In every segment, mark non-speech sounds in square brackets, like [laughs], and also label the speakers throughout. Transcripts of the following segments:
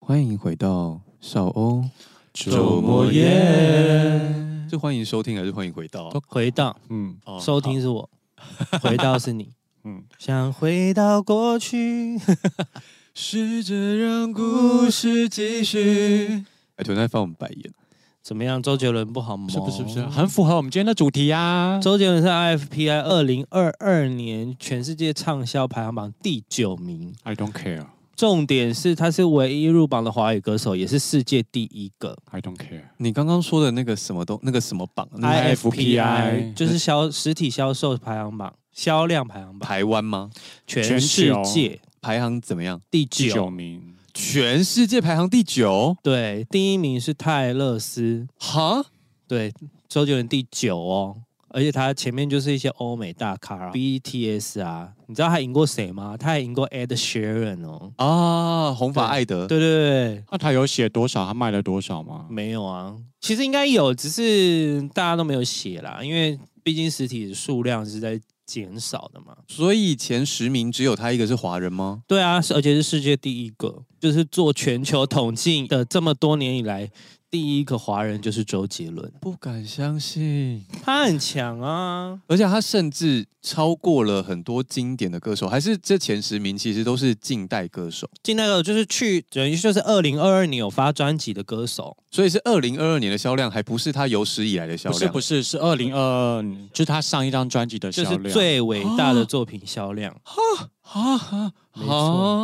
Speaker 1: 欢迎回到少欧
Speaker 2: 周末夜
Speaker 1: 是欢迎收听还是欢迎回到啊？
Speaker 3: 哦回到
Speaker 2: 嗯
Speaker 1: 哦
Speaker 3: 收听是我，回到是你。
Speaker 2: [laughs] 嗯，
Speaker 3: 想回到过去， [laughs]
Speaker 1: 试着让故事继续。哎，突然在翻我们白眼，
Speaker 3: 怎么样？周杰伦不好吗？
Speaker 2: 是不是不是很符合我们今天的主题啊？
Speaker 3: 周杰伦是 IFPI 二零二二年全世界畅销排行榜第九名，
Speaker 2: I don't care,
Speaker 3: 重点是他是唯一入榜的华语歌手，也是世界第一个。
Speaker 2: I don't care。
Speaker 1: 你刚刚说的那个什么东那个什么榜，那
Speaker 2: IFPI
Speaker 3: 就是销实体销售排行榜、销量排行榜，
Speaker 1: 台湾吗？
Speaker 3: 全世
Speaker 2: 全
Speaker 3: 界
Speaker 2: 球
Speaker 1: 排行怎么样？
Speaker 3: 第
Speaker 2: 第
Speaker 3: 九。
Speaker 2: 九名，
Speaker 1: 全世界排行第九？
Speaker 3: 对，第一名是泰勒斯，
Speaker 1: 哈？
Speaker 3: 对，周杰伦第九哦，而且他前面就是一些欧美大咖、啊、，BTS 啊，你知道他赢过谁吗？他还赢过 Ed Sheeran 哦。
Speaker 1: 啊，红发艾德，
Speaker 3: 对对对，
Speaker 2: 那他有写多少？他卖了多少吗？
Speaker 3: 没有啊，其实应该有，只是大家都没有写啦，因为毕竟实体数量是在减少的嘛。
Speaker 1: 所以前十名只有他一个是华人吗？
Speaker 3: 对啊，是而且是世界第一个，就是做全球统计的这么多年以来，第一个华人就是周杰伦，
Speaker 1: 不敢相信，
Speaker 3: 他很强啊。
Speaker 1: 而且他甚至超过了很多经典的歌手，还是这前十名其实都是近代歌手，
Speaker 3: 进那个就是去，等于就是二零二二年有发专辑的歌手，
Speaker 1: 所以是二零二二年的销量，还不是他有史以来的销
Speaker 2: 不
Speaker 1: 量。
Speaker 2: 是不是，是二零二二，就是他上一张专辑的销
Speaker 3: 就
Speaker 2: 量。哦
Speaker 3: 是最伟大的作品销量，
Speaker 1: 啊啊，
Speaker 3: 没错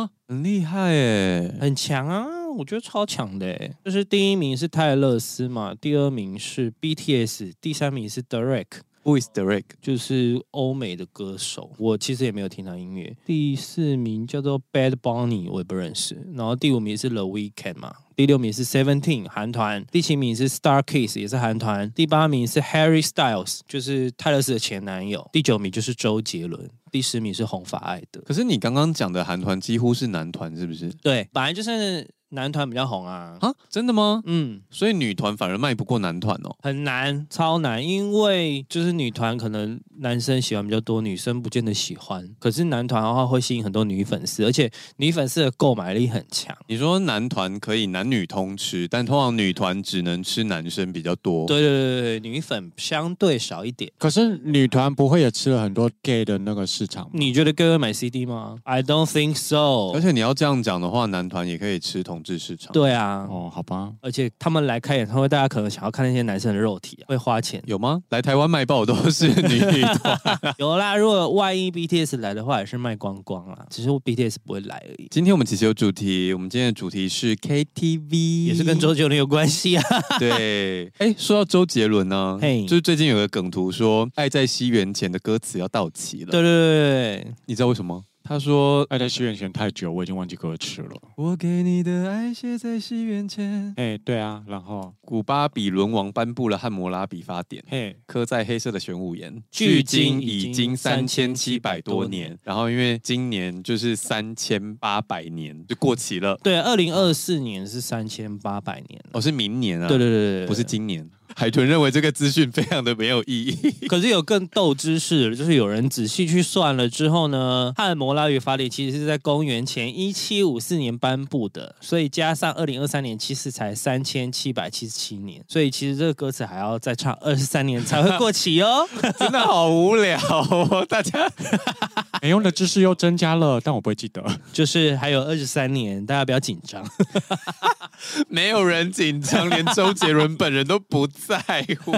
Speaker 1: 啊很厉害哎！
Speaker 3: 很强啊，我觉得超强的欸。就是第一名是泰勒斯嘛，第二名是 BTS，第三名是 Derek，
Speaker 1: Who is Derek？
Speaker 3: 就是欧美的歌手。我其实也没有听他音乐。第四名叫做 Bad Bunny，我也不认识。然后第五名是 The Weeknd 嘛，第六名是 Seventeen 韩团，第七名是 Star Kiss 也是韩团，第八名是 Harry Styles，就是泰勒斯的前男友，第九名就是周杰伦，第十名是红发艾德。
Speaker 1: 可是你刚刚讲的韩团几乎是男团，是不是？
Speaker 3: 对，本来就是男团比较红啊。
Speaker 1: 啊，真的吗？
Speaker 3: 嗯，
Speaker 1: 所以女团反而卖不过男团哦。
Speaker 3: 很难，超难，因为就是女团可能男生喜欢比较多，女生不见得喜欢。可是男团的话会吸引很多女粉丝，而且女粉丝的购买力很强。
Speaker 1: 你说男团可以男女通吃，但通常女团只能吃男生比较多。
Speaker 3: 对对对对对，女粉相对少一点。
Speaker 2: 可是女团不会也吃了很多 gay 的那个市场吗？
Speaker 3: 你觉得各位买 CD 吗？I don't think
Speaker 1: 而
Speaker 3: so。
Speaker 1: 且你要这样讲的话，男团也可以吃同志市场。，。
Speaker 3: 对啊，
Speaker 2: 哦，好吧，
Speaker 3: 而且他们来开演唱会，大家可能想要看那些男生的肉体啊，会花钱
Speaker 1: 有吗？来台湾卖爆都是女
Speaker 3: [laughs]
Speaker 1: 团。 [laughs]
Speaker 3: 有啦，如果万一 BTS 来的话，也是卖光光啦。只是 BTS 不会来而已，
Speaker 1: 今天我们其实有主题，我们今天的主题是 KTV，
Speaker 3: 也是跟周杰伦有关系啊。
Speaker 1: [laughs] 对，哎，说到周杰伦呢、
Speaker 3: 嘿
Speaker 1: 就是最近有个梗图说“爱在西元前”的歌词要到期了。
Speaker 3: [laughs] 对对对对对，
Speaker 1: 你知道为什么？他说
Speaker 2: 爱在西元前太久，我已经忘记歌词了。：“
Speaker 1: 我给你的爱写在西元前。
Speaker 2: 哎，对啊，然后”
Speaker 1: 古巴比伦王颁布了《汉谟拉比法典》，
Speaker 2: [laughs] 嘿，
Speaker 1: 刻在黑色的玄武岩，
Speaker 3: 距
Speaker 1: 距
Speaker 3: 今
Speaker 1: 今
Speaker 3: 已
Speaker 1: 已
Speaker 3: 经
Speaker 1: 经三千七百
Speaker 3: 3700
Speaker 1: 多年。然后因为今年就是三千八百年就过期了，
Speaker 3: 对，二零二四年是三千八百年了。
Speaker 1: 哦，是明年啊，
Speaker 3: 对对对对，
Speaker 1: 不是。今年。海豚认为这个资讯非常的没有意 [laughs] 义。
Speaker 3: 可是有更逗之事了，就是有人仔细去算了之后呢，《汉谟拉比法典》其实是在公元前一七五四年颁布的，所以加上二零二三年，其实才三千七百七十七年，所以其实这个歌词还要再唱 [laughs] 二十三年才会过期 [laughs] 哦。
Speaker 1: 真的好无聊哦，大家。
Speaker 2: 没用的知识又增加了，但我不会记得。
Speaker 3: 就是还有二十三年，大家不要紧张。
Speaker 1: 没有人紧张，连周杰伦本人都不在乎。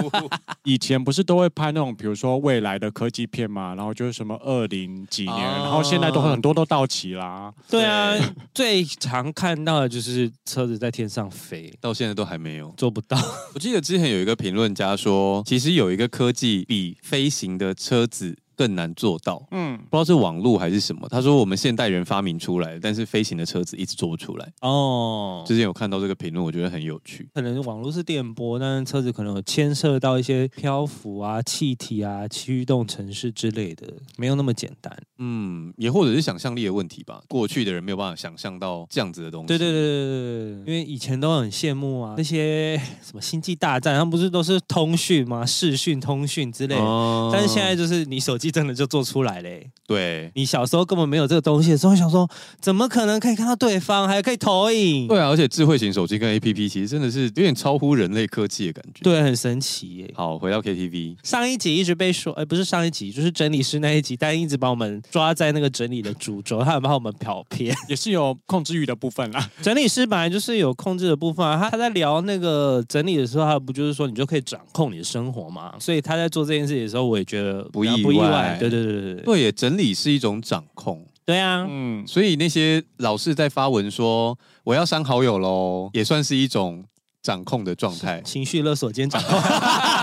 Speaker 2: 以前不是都会拍那种，比如说未来的科技片嘛，然后就是什么二零几年，
Speaker 1: 啊
Speaker 2: 然后现在都很多都到期啦。
Speaker 3: [laughs] 对啊，最常看到的就是车子在天上飞，
Speaker 1: [laughs] 到现在都还没有。
Speaker 3: 做不到。
Speaker 1: 我记得之前有一个评论家说，其实有一个科技比飞行的车子更难做到，
Speaker 2: 嗯，
Speaker 1: 不知道是网络还是什么。他说我们现代人发明出来，但是飞行的车子一直做不出来。
Speaker 3: 哦，
Speaker 1: 之前有看到这个评论，我觉得很有趣。
Speaker 3: 可能网络是电波，但是车子可能有牵涉到一些漂浮啊、气体啊、驱动城市之类的，没有那么简单。
Speaker 1: 嗯，也或者是想象力的问题吧。过去的人没有办法想象到这样子的东西。
Speaker 3: 对对对对对对，因为以前都很羡慕啊，那些什么星际大战，他们不是都是通讯吗？视讯、通讯之类的。
Speaker 1: 哦
Speaker 3: 但是现在就是你手技真的就做出来嘞、
Speaker 1: 对
Speaker 3: 你小时候根本没有这个东西的时候，想说怎么可能可以看到对方，还可以投影？
Speaker 1: 对啊，而且智慧型手机跟 APP 其实真的是有点超乎人类科技的感觉。，
Speaker 3: 对，很神奇耶、
Speaker 1: 好，回到 KTV，
Speaker 3: 上一集一直被说，哎、不是上一集，就是整理师那一集，但一直把我们抓在那个整理的主轴，他很把我们跑偏。
Speaker 2: 也是有控制欲的部分
Speaker 1: [laughs]
Speaker 2: 啦。
Speaker 3: [laughs] 整理师本来就是有控制的部分啊，他他在聊那个整理的时候，他不就是说你就可以掌控你的生活嘛？所以他在做这件事的时候，我也觉得
Speaker 1: 不意
Speaker 3: 不意
Speaker 1: 外
Speaker 3: 外。对对对对对，
Speaker 1: 对耶，整理是一种掌控。
Speaker 3: 对啊，
Speaker 2: 嗯，
Speaker 1: 所以那些老是在发文说我要删好友喽，也算是一种掌控的状 [laughs] 态。
Speaker 3: 情绪勒索兼掌
Speaker 1: [laughs]
Speaker 3: 控。
Speaker 1: 啊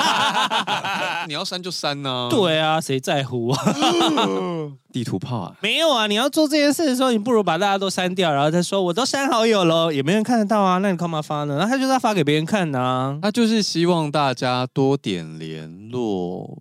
Speaker 1: 你要删就删呢、，
Speaker 3: 对啊，谁在乎啊？
Speaker 1: 地图炮啊，
Speaker 3: 没有啊，你要做这件事的时候，你不如把大家都删掉，然后再说我都删好友喽，也没人看得到啊，那你干嘛发呢？那他就是要发给别人看呐、
Speaker 1: 他就是希望大家多点联络，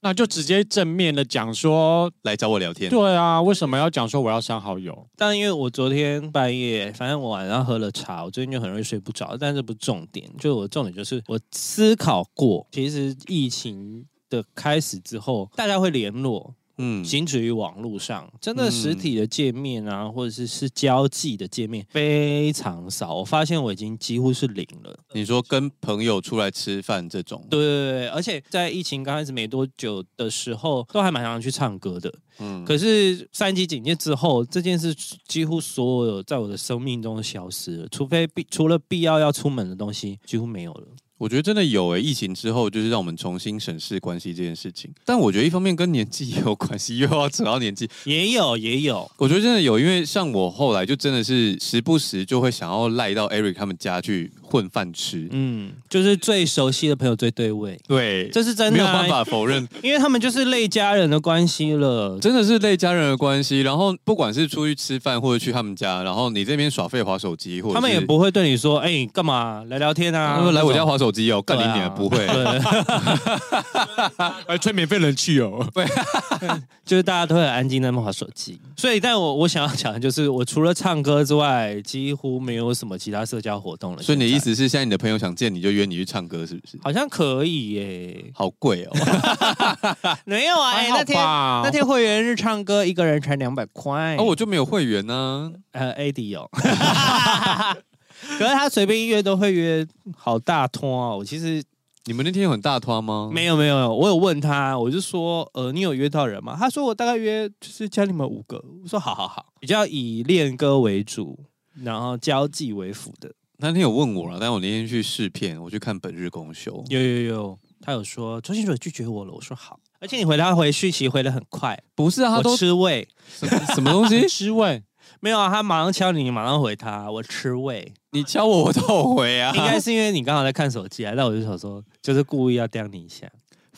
Speaker 2: 那就直接正面的讲说，
Speaker 1: 来找我聊天。
Speaker 2: 对啊，为什么要讲说我要删好友？
Speaker 3: 但因为我昨天半夜，反正我晚上喝了茶，我最近就很容易睡不着，但这不是重点，就我重点就是我思考过，其实疫情的开始之后，大家会联络，
Speaker 1: 嗯，
Speaker 3: 仅止于网络上，真的
Speaker 1: 嗯
Speaker 3: 实体的界面啊，或者是是交际的界面非常少，我发现我已经几乎是零了。
Speaker 1: 你说跟朋友出来吃饭这种，
Speaker 3: 对对对，而且在疫情刚开始没多久的时候，都还蛮想去唱歌的。
Speaker 1: 嗯，
Speaker 3: 可是三级警戒之后，这件事几乎所有在我的生命中都消失了，除非必除了必要要出门的东西，几乎没有了。
Speaker 1: 我觉得真的有欸诶、疫情之后就是让我们重新审视关系这件事情。但我觉得一方面跟年纪也有关系，又要扯到年纪，
Speaker 3: 也有也有，
Speaker 1: 我觉得真的有，因为像我后来就真的是时不时就会想要赖到 Eric 他们家去混饭吃，
Speaker 3: 嗯，就是最熟悉的朋友最对味，
Speaker 1: 对，
Speaker 3: 这是真
Speaker 1: 没
Speaker 3: 的、
Speaker 1: 有
Speaker 3: 啊，
Speaker 1: 办法否认， [laughs]
Speaker 3: 因为他们就是类家人的关系了。
Speaker 1: 真的是累家人的关系。然后不管是出去吃饭或者去他们家，然后你这边耍废划手机，或者
Speaker 3: 他们也
Speaker 1: 是
Speaker 3: 不会对你说：“哎、干嘛来聊天啊
Speaker 1: 他？”说来我
Speaker 3: 这
Speaker 1: 家
Speaker 3: 种
Speaker 1: 划手机哦，干你
Speaker 3: 对啊 [laughs]
Speaker 1: 娘不会，
Speaker 3: 对，
Speaker 2: 哎，吹免费人
Speaker 1: [laughs]
Speaker 2: 气哦。
Speaker 3: 就是大家都很安静在那边划手机。所以，但我我想要讲的就是，我除了唱歌之外，几乎没有什么其他社交活动了。
Speaker 1: 所以你的意
Speaker 3: 现在
Speaker 1: 思是，现在你的朋友想见你就约你去唱歌，是不是？
Speaker 3: 好像可以耶、
Speaker 1: 好贵
Speaker 3: [laughs]
Speaker 1: 哦，
Speaker 3: 没有啊，哎、
Speaker 2: 还
Speaker 3: 那
Speaker 2: 好
Speaker 3: 天
Speaker 2: 吧
Speaker 3: 那天会员日唱歌，一个人才两百块。
Speaker 1: 啊，我就没有会员啊呢、
Speaker 3: 呃，AD 有。 [laughs] 可是他随便约都会约好大通哦。我其实
Speaker 1: 你们那天有很大团吗？
Speaker 3: 没有没有没有，我有问他，我就说，呃，你有约到人吗？他说我大概约就是家里面五个。我说好好好，比较以练歌为主，然后交际为辅的。
Speaker 1: 那天有问我了，但我那天去试片，我去看《本日公休》，
Speaker 3: 有有有，他有说周星哲拒绝我了，我说好，而且你回他回讯息回的很快，
Speaker 1: 不是啊，他
Speaker 3: 我
Speaker 1: 都
Speaker 3: 吃味
Speaker 1: 什么什么
Speaker 3: 啊
Speaker 1: 东西？
Speaker 2: 之问，
Speaker 3: 没有啊，他马上敲你，你马上回他，我吃 [laughs] 味，
Speaker 1: 你敲我，我都有回啊。
Speaker 3: 应
Speaker 1: [laughs]
Speaker 3: 该是因为你刚好在看手机啊，那我就想说，就是故意要刁你一下，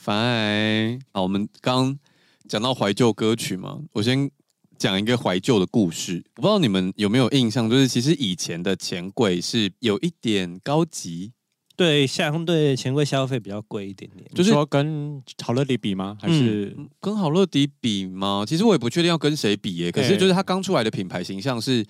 Speaker 1: fine。好，我们刚讲到怀旧歌曲嘛，我先讲一个怀旧的故事。我不知道你们有没有印象，就是其实以前的钱柜是有一点高级，
Speaker 3: 对，相对钱柜消费比较贵一点点，
Speaker 2: 就
Speaker 1: 就是是
Speaker 2: 说跟好乐迪比吗？还是
Speaker 1: 跟好乐迪比吗？其实我也不确定要跟谁比耶、可是就是它刚出来的品牌形象是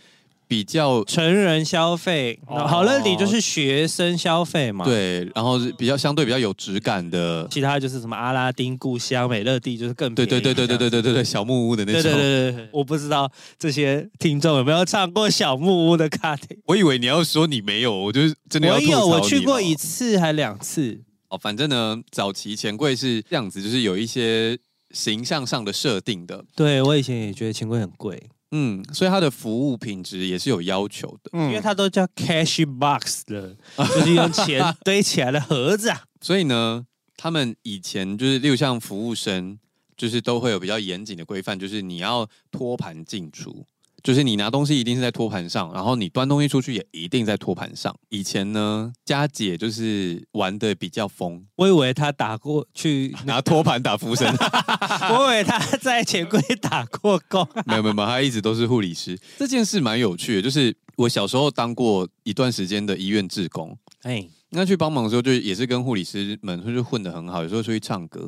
Speaker 1: 比较。
Speaker 3: 成人消费，
Speaker 2: 哦
Speaker 3: 好乐迪就是学生消费嘛，，
Speaker 1: 对，然后是比较相对比较有质感的，
Speaker 3: 其他就是什么阿拉丁故乡、美乐蒂，就是更
Speaker 1: 对对对对对
Speaker 3: 对。
Speaker 1: 对对对对，小木屋的那
Speaker 3: 对
Speaker 1: 种。
Speaker 3: 对对对，我不知道这些听众有没有唱过小木屋的卡丁。
Speaker 1: 我以为你要说你没有，我就是真的要
Speaker 3: 我
Speaker 1: 吐槽
Speaker 3: 有，我去
Speaker 1: 你哦
Speaker 3: 过
Speaker 1: 了
Speaker 3: 一次还两次。
Speaker 1: 哦，反正呢，早期钱柜是这样子，就是有一些形象上的设定的，
Speaker 3: 对我以前也觉得钱柜很贵，
Speaker 1: 嗯，所以它的服务品质也是有要求的。
Speaker 2: 嗯
Speaker 3: 因为它都叫 cash box 了，就是用钱堆起来的盒子啊。
Speaker 1: 所以呢，他们以前就是，例如像服务生，就是都会有比较严谨的规范，就是你要托盘进出，就是你拿东西一定是在托盘上，然后你端东西出去也一定在托盘上。以前呢，佳姐就是玩的比较疯，
Speaker 3: 我以为他打过去，
Speaker 1: 拿托盘打服务生，
Speaker 3: 我以为他在钱柜打过工。啊
Speaker 1: [laughs] 没有没有没有，他一直都是护理
Speaker 3: [laughs]
Speaker 1: 师。这件事蛮有趣的，就是我小时候当过一段时间的医院志工，
Speaker 3: 哎，
Speaker 1: 那去帮忙的时候，就也是跟护理师们就是混得很好，有时候出去唱歌。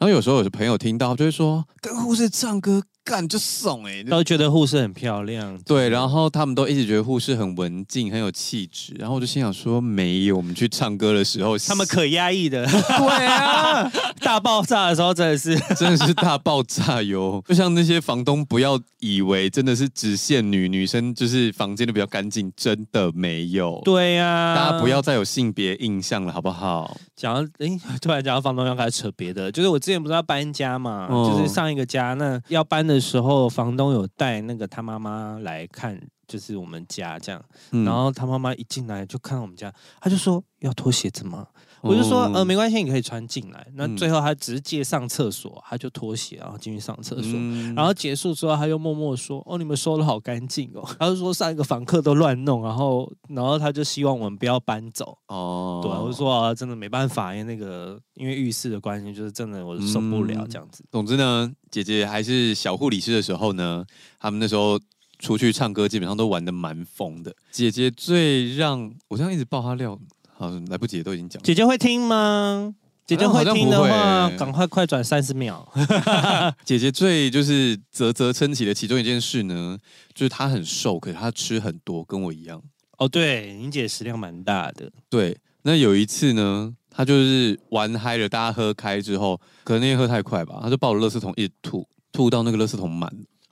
Speaker 1: 然后有时候有朋友听到就会说，跟护士唱歌干就怂
Speaker 3: [laughs]
Speaker 1: 哎、欸，
Speaker 3: 都觉得护士很漂亮。
Speaker 1: 对，然后他们都一直觉得护士很文静，很有气质，然后我就心想说，没有，我们去唱歌的时候，
Speaker 3: 他们可压抑的，对啊， [laughs] 大爆炸的时候真的是
Speaker 1: 真的是大爆炸哟！ [laughs] 就像那些房东，不要以为真的是只限女女生，就是房间都比较干净，真的没有。
Speaker 3: 对呀、
Speaker 1: 大家不要再有性别印象了，好不好？
Speaker 3: 讲到，诶，突然讲到房东要开始扯别的，就是我之前不是要搬家嘛，
Speaker 1: 嗯
Speaker 3: 就是上一个家，那要搬的时候，房东有带那个他妈妈来看，就是我们家这样，
Speaker 1: 嗯
Speaker 3: 然后他妈妈一进来就看到我们家，他就说要脱鞋子吗？我就说，呃，
Speaker 1: 嗯
Speaker 3: 没关系，你可以穿进来。那
Speaker 1: 嗯
Speaker 3: 最后他直接上厕所，他就脱鞋，然后进去上厕所。
Speaker 1: 嗯
Speaker 3: 然后结束之后，他又默默说：“哦，你们收的好干净哦。” [laughs] 他就说上一个房客都乱弄，然后然后他就希望我们不要搬走。
Speaker 1: 哦
Speaker 3: 对啊，我就说啊，真的没办法，因为那个因为浴室的关系，就是真的我受不了
Speaker 1: 嗯
Speaker 3: 这样子。
Speaker 1: 总之呢，姐姐还是小护理师的时候呢，他们那时候出去唱歌，基本上都玩的蛮疯的。姐姐最让我这样一直爆她料，好来不及，都已经讲了。
Speaker 3: 姐姐会听吗？姐姐会听的
Speaker 1: 哎好像不，
Speaker 3: 话
Speaker 1: 会欸
Speaker 3: 赶快快转三十秒。 [laughs]
Speaker 1: 姐姐最就是啧啧称奇的其中一件事呢，就是她很瘦，可是她吃很多，跟我一样。
Speaker 3: 哦，对，莹姐食量蛮大的，
Speaker 1: 对，那有一次呢，她就是玩嗨了，大家喝开之后，可能那天喝太快吧，她就抱着垃圾桶一直吐，吐到那个垃圾桶满。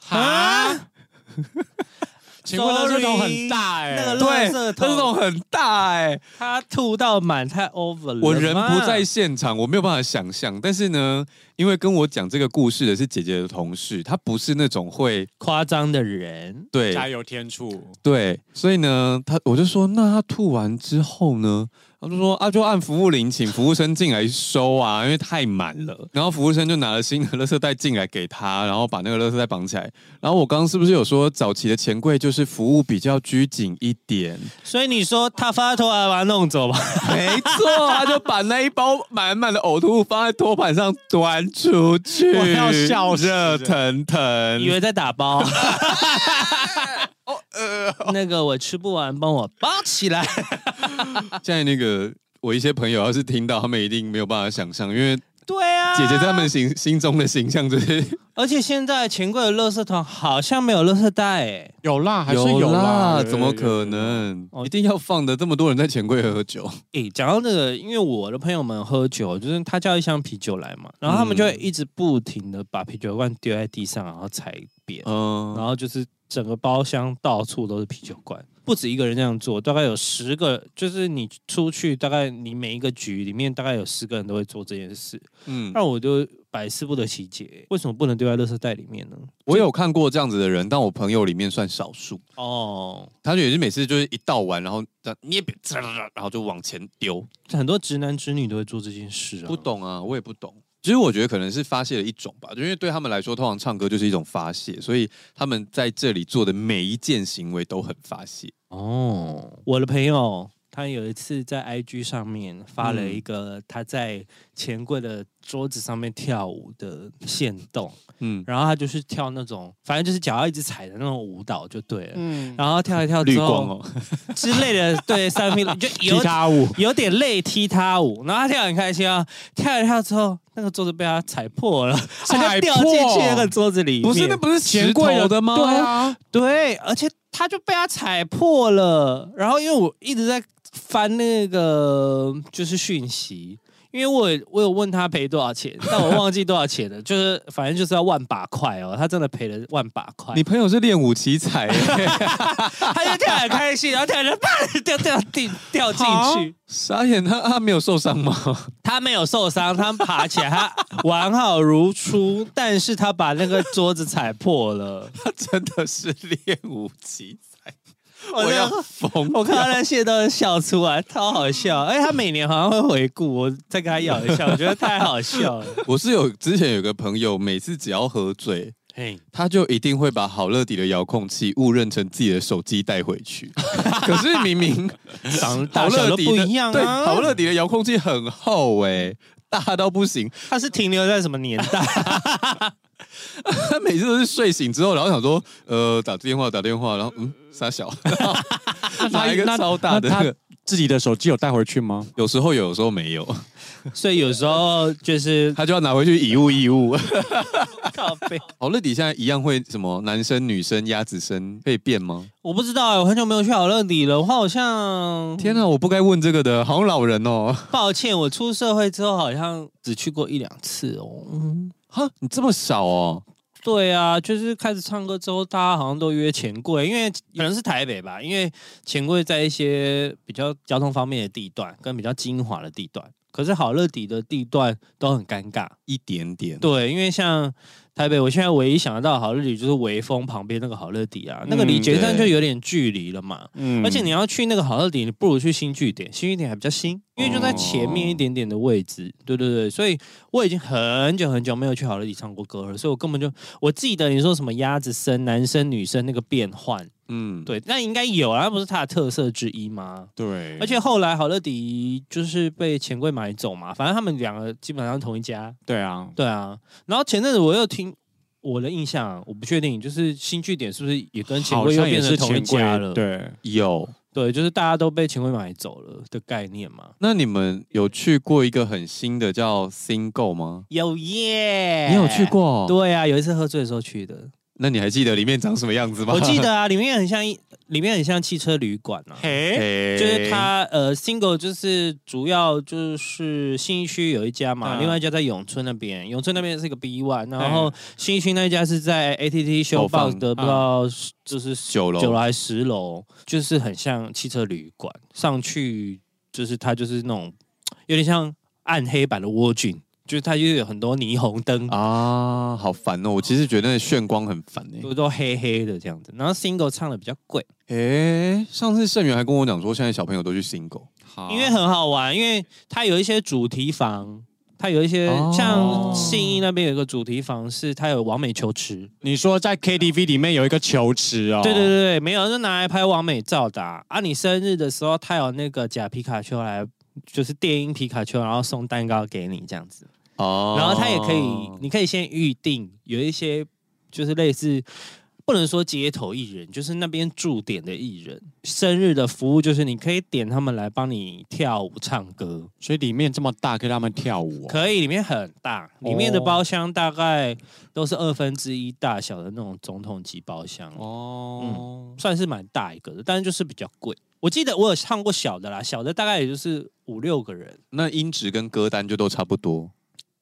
Speaker 3: 啊
Speaker 2: 哈，请问垃圾桶很大哎、
Speaker 3: 那个
Speaker 1: 对垃
Speaker 3: 垃圾
Speaker 1: 圾
Speaker 3: 桶
Speaker 1: 桶很大哎、
Speaker 3: 她吐到满，太 over 了吧。
Speaker 1: 我人不在现场，我没有办法想象。但是呢，因为跟我讲这个故事的是姐姐的同事，她不是那种会
Speaker 3: 夸张的人，
Speaker 1: 对
Speaker 2: 加油添醋，
Speaker 1: 对，所以呢，他我就说，那他吐完之后呢？他就说啊，就按服务铃，请服务生进来收啊，因为太满了。然后服务生就拿了新的垃圾袋进来给他，然后把那个垃圾袋绑起来。然后我刚刚是不是有说，早期的钱柜就是服务比较拘谨一点？
Speaker 3: 所以你说她发头啊，把她弄走 [laughs] 吧。
Speaker 1: 没错，他就把那一包满满的呕吐物放在托盘上端出去，
Speaker 2: 我要笑死
Speaker 1: 热腾腾，
Speaker 3: 以为在打 [laughs] 包。哦呃那个我吃不完，帮我包起来。
Speaker 1: 现在那个我一些朋友要是听到，他们一定没有办法想象，因为
Speaker 3: 对
Speaker 1: [laughs]
Speaker 3: 啊，
Speaker 1: 姐姐在他们心心中的形象 [laughs] 就是
Speaker 3: 而且现在钱柜的垃圾桶好像没有垃圾袋欸诶、
Speaker 2: 有啦还是有啦，
Speaker 1: 怎么可？能？
Speaker 3: 哦
Speaker 1: 一定要放的这么多人在钱柜喝酒，
Speaker 3: 诶，讲到这个，因为我的朋友们喝酒，就是他叫一箱啤酒来嘛，然后他们就会一直不停的把啤酒罐丢在地上，然后踩扁，
Speaker 1: [laughs]
Speaker 3: 然
Speaker 1: 嗯，
Speaker 3: 后就是整个包厢到处都是啤酒罐。不止一个人这样做，大概有十个，就是你出去，大概你每一个局里面大概有十个人都会做这件事。
Speaker 1: 嗯，
Speaker 3: 那我就百思不得其解，为什么不能丢在垃圾袋里面呢？
Speaker 1: 我有看过这样子的人，但我朋友里面算少数。
Speaker 3: 哦，
Speaker 1: 他就也是每次就是一倒完，然后这样捏扁，然后就往前丢，
Speaker 3: 很多直男直女都会做这件事啊。
Speaker 1: 不懂啊，我也不懂。其实我觉得可能是发泄的一种吧，就因为对他们来说，通常唱歌就是一种发泄，所以他们在这里做的每一件行为都很发泄。
Speaker 3: 哦，我的朋友他有一次在 IG 上面发了一个他在钱柜的桌子上面跳舞的线动，
Speaker 1: 嗯，
Speaker 3: 然后他就是跳那种，反正就是脚要一直踩的那种舞蹈就对了。
Speaker 2: 嗯，
Speaker 3: 然后跳一跳
Speaker 1: 绿
Speaker 3: 之后
Speaker 1: 光哦，
Speaker 3: 之类的，对，三分就有
Speaker 2: 踢踏舞，
Speaker 3: 有点累踢踏舞，然后他跳得很开心啊，跳一跳之后，那个桌子被他踩破了，他就
Speaker 2: 踩
Speaker 3: 掉
Speaker 2: 破
Speaker 3: 进去那个桌子里面，
Speaker 1: 不是
Speaker 2: 钱柜
Speaker 1: 的吗
Speaker 2: 对啊，
Speaker 3: 对，而且他就被他踩破了。然后因为我一直在翻那个就是讯息，因为我我有问他赔多少钱，但我忘记多少钱了，就是反正就是要万把块哦，他真的赔了万把块
Speaker 1: 你。朋友是练武奇才、欸，
Speaker 3: 他就跳得很开心，然后跳着啪掉掉地掉进去。
Speaker 1: 傻眼，他他没有受伤吗？ [laughs]
Speaker 3: 他没有受伤，他爬起来，他完好如初，但是他把那个桌子踩破了。
Speaker 1: 他真的是练武奇才，[laughs]
Speaker 3: 我
Speaker 1: 我要疯
Speaker 3: 我看到那些都笑出来，超好笑。哎，他每年好像会回顾，我再跟他咬一下，我觉得太好笑
Speaker 1: [laughs]
Speaker 3: 了。
Speaker 1: [laughs] 我是有之前有个朋友，每次只要喝醉，
Speaker 3: 嘿，
Speaker 1: 他就一定会把好乐迪的遥控器误认成自己的手机带回 [laughs] 去。可是明明
Speaker 3: 长
Speaker 1: [laughs] 好
Speaker 3: 大小
Speaker 1: 乐
Speaker 3: 都
Speaker 1: 迪
Speaker 3: 不
Speaker 1: 的
Speaker 3: 一样
Speaker 1: 对，
Speaker 3: 啊。
Speaker 1: 好乐迪的遥控器很厚哎、大到不行。
Speaker 3: 他是停留在什么年代？ [laughs]
Speaker 1: 他每次都是睡醒之后，然后想说， [laughs] 呃，打电话打电话，然后嗯，傻小，然后拿一个
Speaker 2: 那
Speaker 1: 超大的
Speaker 2: 那
Speaker 1: 那
Speaker 2: 他
Speaker 1: 个，
Speaker 2: 自己的手机有带回去吗？
Speaker 1: [laughs] 有时候有，有时候没有，
Speaker 3: 所以有时候就是
Speaker 1: 他就要拿回去以物易物。
Speaker 3: 靠背，
Speaker 1: 好乐迪现在一样会什么男生、女生、鸭子声可以变吗？
Speaker 3: 我不知道、我很久没有去好乐迪了，我好像
Speaker 1: 天啊，我不该问这个的，好像老人哦。 [laughs]
Speaker 3: 抱歉，我出社会之后好像只去过一两次哦。嗯
Speaker 1: 哈，你这么少哦？
Speaker 3: 对啊，就是开始唱歌之后，大家好像都约钱柜，因为可能是台北吧，因为钱柜在一些比较交通方面的地段跟比较精华的地段，可是好乐迪的地段都很尴尬。
Speaker 1: 一点点。
Speaker 3: 对，因为像台北，我现在唯一想得到的好乐迪就是微风旁边那个好乐迪啊，那个离
Speaker 1: 嗯
Speaker 3: 捷站就
Speaker 1: 对
Speaker 3: 有点距离了嘛。
Speaker 2: 嗯
Speaker 3: 而且你要去那个好乐迪，你不如去新据点，新据点还比较新，因为就在前面一点点的位置。
Speaker 2: 哦
Speaker 3: 对对对，所以我已经很久很久没有去好乐迪唱过歌了，所以我根本就我记得你说什么鸭子声，男生女生那个变换，
Speaker 1: 嗯，
Speaker 3: 对，那应该有啊，那不是它的特色之一吗？
Speaker 2: 对，
Speaker 3: 而且后来好乐迪就是被钱柜买走嘛，反正他们两个基本上同一家。
Speaker 2: 对啊，
Speaker 3: 对啊，然后前阵子我又听我的印象，啊我不确定，就是新据点是不是也跟钱
Speaker 2: 好
Speaker 3: 柜又
Speaker 2: 像也
Speaker 3: 变成
Speaker 2: 是
Speaker 3: 同一
Speaker 2: 钱柜
Speaker 3: 家了？
Speaker 2: 对，
Speaker 1: 有。
Speaker 3: 对，就是大家都被钱柜买走了的概念嘛。
Speaker 1: 那你们有去过一个很新的叫 Single 吗？
Speaker 3: 有耶，
Speaker 1: 你有去？过？哦
Speaker 3: 对啊，有一次喝醉的时候去的，
Speaker 1: 那你还记得里面长什么样子吗？
Speaker 3: 我记。得啊，里面很像一，里面很像汽车旅馆啊。
Speaker 2: 嘿，
Speaker 1: 嘿
Speaker 3: 就是它呃，single 就是主要就是新一区有一家嘛，
Speaker 2: 嗯
Speaker 3: 另外一家在永春那边，永春那边是一个 B one，然后新一区那一家是在 ATT 修
Speaker 1: 投放
Speaker 3: 报的，不知道是就是
Speaker 1: [laughs] 九楼，
Speaker 3: 九楼还是十楼，就是很像汽车旅馆，上去就是它就是那种有点像暗黑版的蜗苣，就是它就是有很多霓虹灯，
Speaker 1: 啊，好烦哦！我其实觉得那炫光很烦哎、
Speaker 3: 都都黑黑的这样子。然后 single 唱的比较贵，
Speaker 1: 诶、上次盛元还跟我讲说，现在小朋友都去 single，
Speaker 2: 好
Speaker 3: 因为很好玩，因为它有一些主题房。它有一些
Speaker 1: 哦
Speaker 3: 像信义那边有一个主题房，是它有完美球池，
Speaker 2: 你说在 KTV 里面有一个球池
Speaker 3: 嗯
Speaker 2: 哦，
Speaker 3: 对对对对，没有就拿来拍完美照的啊。啊你生日的时候，它有那个假皮卡丘来，就是电音皮卡丘，然后送蛋糕给你这样子。
Speaker 1: 哦
Speaker 3: 然后它也可以，你可以先预定有一些就是类似。不能说街头艺人，就是那边驻点的艺人。生日的服务就是你可以点他们来帮你跳舞、唱歌，
Speaker 2: 所以里面这么大，可以让他们跳舞、哦。
Speaker 3: 可以。里面很大，里面的包厢大概都是二分之一大小的那种总统级包厢，
Speaker 2: 哦，
Speaker 3: 算是蛮大一个的，但是就是比较贵。我记得我有唱过小的啦，小的大概也就是五六个人，
Speaker 1: 那音质跟歌单就都差不多，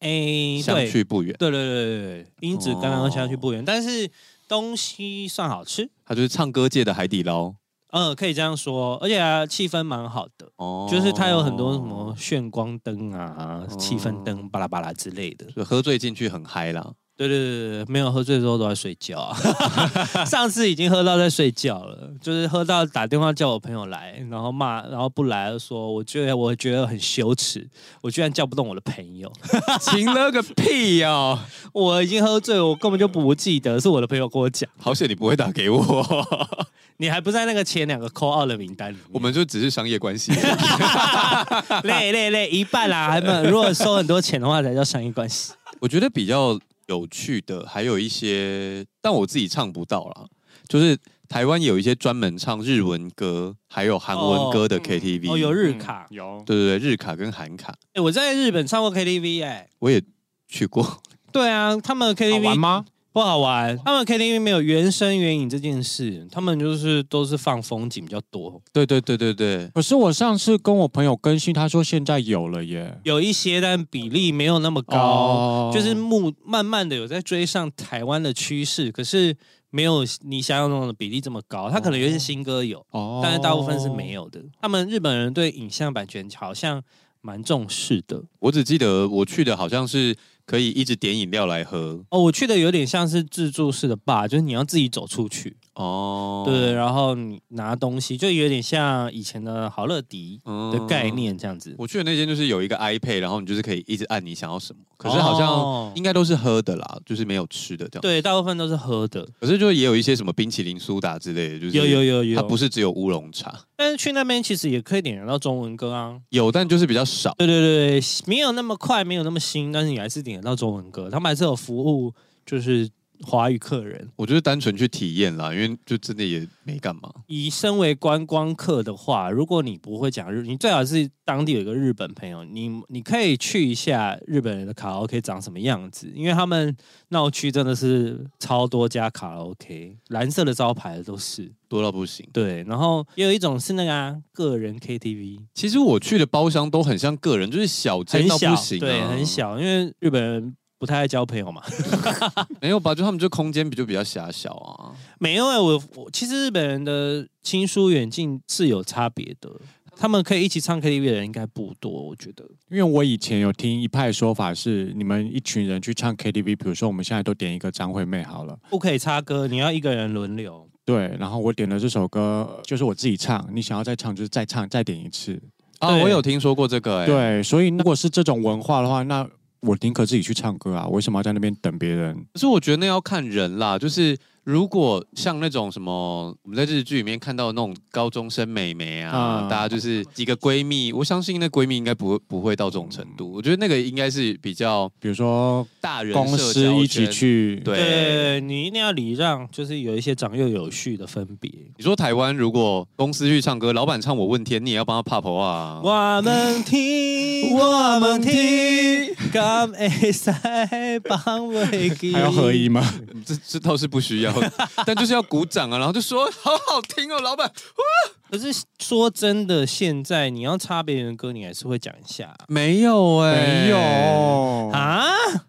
Speaker 3: 哎，
Speaker 1: 相
Speaker 3: 对，
Speaker 1: 去不远。
Speaker 3: 对对对对对，因子刚刚相去不
Speaker 1: 哦
Speaker 3: 远，但是东西算好吃，
Speaker 1: 它就是唱歌界的海底捞
Speaker 3: 嗯，可以这样说，而且、啊、气氛蛮好的，
Speaker 1: 哦，
Speaker 3: 就是它有很多什么炫光灯啊、气氛
Speaker 1: 哦
Speaker 3: 灯巴拉巴拉之类的。
Speaker 1: 就喝醉进去很嗨啦。
Speaker 3: 对对对对对，没有喝醉之后都在睡觉、啊， [laughs] 上次已经喝到在睡觉了，就是喝到打电话叫我朋友来，然后骂，然后不来，说我觉得我觉得很羞耻，我居然叫不动我的朋友，
Speaker 1: 行了个屁哦呀、
Speaker 3: [laughs] 我已经喝醉了，我根本就不记得是我的朋友跟我讲。
Speaker 1: 好险你不会打给我， [laughs]
Speaker 3: 你还不在那个前两个扣二的名单里面，
Speaker 1: 我们就只是商业关系。 [laughs]
Speaker 3: 累累累一半啦、还没有。如果收很多钱的话，才叫商业关系。
Speaker 1: 我觉得比较有趣的还有一些，但我自己唱不到啦，就是台湾有一些专门唱日文歌还有韩文歌的
Speaker 2: 哦
Speaker 1: KTV，、
Speaker 3: 哦，有日卡，
Speaker 2: 嗯有，
Speaker 1: 对对对，日卡跟韩卡
Speaker 3: 哎、我在日本唱过 KTV 哎、
Speaker 1: 我也去过， [laughs]
Speaker 3: 对啊，他们的
Speaker 2: 好玩
Speaker 3: KTV
Speaker 2: 吗？
Speaker 3: 不好玩，他们的 KTV 没有原声原影这件事，他们就是都是放风景比较多，
Speaker 1: 对对对对对，
Speaker 2: 可是我上次跟我朋友更新，他说现在有了耶，
Speaker 3: 有一些但比例没有那么高，
Speaker 2: 哦
Speaker 3: 就是目慢慢的有在追上台湾的趋势，可是没有你想象中的比例这么高，它可能有一些新歌有。
Speaker 2: 哦
Speaker 3: 但是大部分是没
Speaker 2: 有。
Speaker 3: 有的。他们日本人对影像版权好像蛮重视的。
Speaker 1: 我只记得我去的好像是可以一直点饮料来喝
Speaker 3: 哦，我去的有点像是自助式的吧，就是你要自己走出去，
Speaker 1: 哦，
Speaker 3: 对，然后你拿东西，就有点像以前的好乐迪
Speaker 1: 嗯
Speaker 3: 的概。念这样子。
Speaker 1: 我去的那间就是有一个 iPad，然后你就是可以一直按你想要什么，可是好像
Speaker 3: 哦
Speaker 1: 应该都是喝的啦，就是没有吃的这样。
Speaker 3: 对，大部分都是喝的，
Speaker 1: 可是就也有一些什么冰淇淋苏打之类的，就是
Speaker 3: 有有有有。
Speaker 1: 它不，是只有乌龙茶，
Speaker 3: 但是去那边其实也可以点得到中文歌啊。
Speaker 1: 有但就是比较少。
Speaker 3: 对对对，没有那么快，没有那么新，但是你还是点得到中文歌。他们还是有服务，就是华语客人。
Speaker 1: 我就是单纯去体验啦，因为就真的也没干嘛。
Speaker 3: 以身为观光客的话，如果你不会讲日，你最好是当地有一个日本朋友，你你可以去一下日本人的卡拉 OK 长什么样子，因为他们闹区真的是超多家卡拉 OK，蓝色的招牌都是
Speaker 1: 多到不行。
Speaker 3: 对，然后也有一种是那个、啊、个人 KTV，
Speaker 1: 其实我去的包厢都很像个人，就是小间
Speaker 3: 很
Speaker 1: 到
Speaker 3: 小，
Speaker 1: 不行、啊，
Speaker 3: 对，很。小，因为日本人不太爱交朋友嘛。 [laughs]
Speaker 1: 没有吧？就他们就空间比就比较狭小啊。
Speaker 3: 没有哎、我我其实日本人的亲疏远近是有差别的，他们可以一起唱 KTV 的人应该不多，我觉得。
Speaker 2: 因为我以前有听一派说法是，你们一群人去唱 KTV，比如说我们现在都点一个张惠妹好了，
Speaker 3: 不可以插歌，你要一个人轮流。
Speaker 2: 对，然后我点了这首歌，就是我自己唱，你想要再唱就是再唱再点一次，
Speaker 1: 啊，
Speaker 3: 对
Speaker 1: 我有听说过这个、欸，，
Speaker 2: 对，所以如果是这种文化的话，那我宁可自己去唱歌啊，我为什么要在那边等别人？
Speaker 1: 可是我觉得那要看人啦，就是。如果像那种什么，我们在日剧里面看到的那种高中生美眉啊，
Speaker 2: 嗯
Speaker 1: 大家就是几个闺蜜，我相信那闺蜜应该不会不会到这种程
Speaker 2: 嗯
Speaker 1: 度。我觉得那个应该是比较
Speaker 2: 比如说
Speaker 1: 大人
Speaker 2: 公
Speaker 1: 社
Speaker 2: 司
Speaker 1: 交
Speaker 2: 一起
Speaker 1: 圈，
Speaker 2: 去，
Speaker 1: 对
Speaker 3: 你一定要礼让，就是有一些长幼有序的分别。
Speaker 1: 你说台湾如果公司去唱歌，老板唱我问天，你也要帮他 pop 啊？
Speaker 3: 我们听，我们听，敢会使帮袂记。
Speaker 2: 还要合一吗？
Speaker 1: 这这倒是不需要， [laughs] 但就是要鼓掌啊，然后就说好好听哦，老板。
Speaker 3: 可是说真的，现在你要插别人的歌，你还是会讲一下
Speaker 1: 没有哎、
Speaker 2: 没
Speaker 1: 哦
Speaker 2: 有，
Speaker 3: 啊。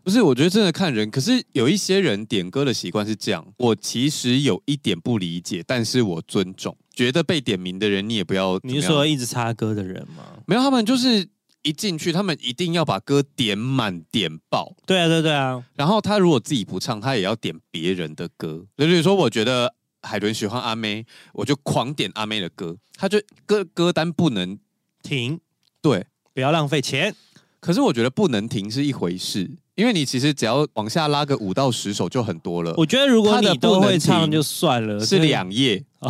Speaker 1: 不是，我觉得真的看人。可是有一些人点歌的习惯是这样，我其实有一点不理解，但是我尊重，觉得被点名的人你也不要怎么
Speaker 3: 你
Speaker 1: 样。
Speaker 3: 是说一直插歌的人吗？
Speaker 1: 没有？他们就是一进去，他们一定要把歌点满点爆。
Speaker 3: 对啊，对对啊，
Speaker 1: 然后他如果自己不唱，他也要点别人的歌。比如说，我觉得海伦喜欢阿妹，我就狂点阿妹的歌，他就歌歌单不能
Speaker 3: 停，
Speaker 1: 对。
Speaker 3: 不要浪费钱。
Speaker 1: 可是我觉得不能停是一回事，因为你其实只要往下拉个五到十首就很多了，
Speaker 3: 我觉得如果
Speaker 1: 他的
Speaker 3: 你都
Speaker 1: 不能
Speaker 3: 会唱
Speaker 1: 停
Speaker 3: 就算了，
Speaker 1: 呃是
Speaker 3: 真的
Speaker 1: 两页， [laughs]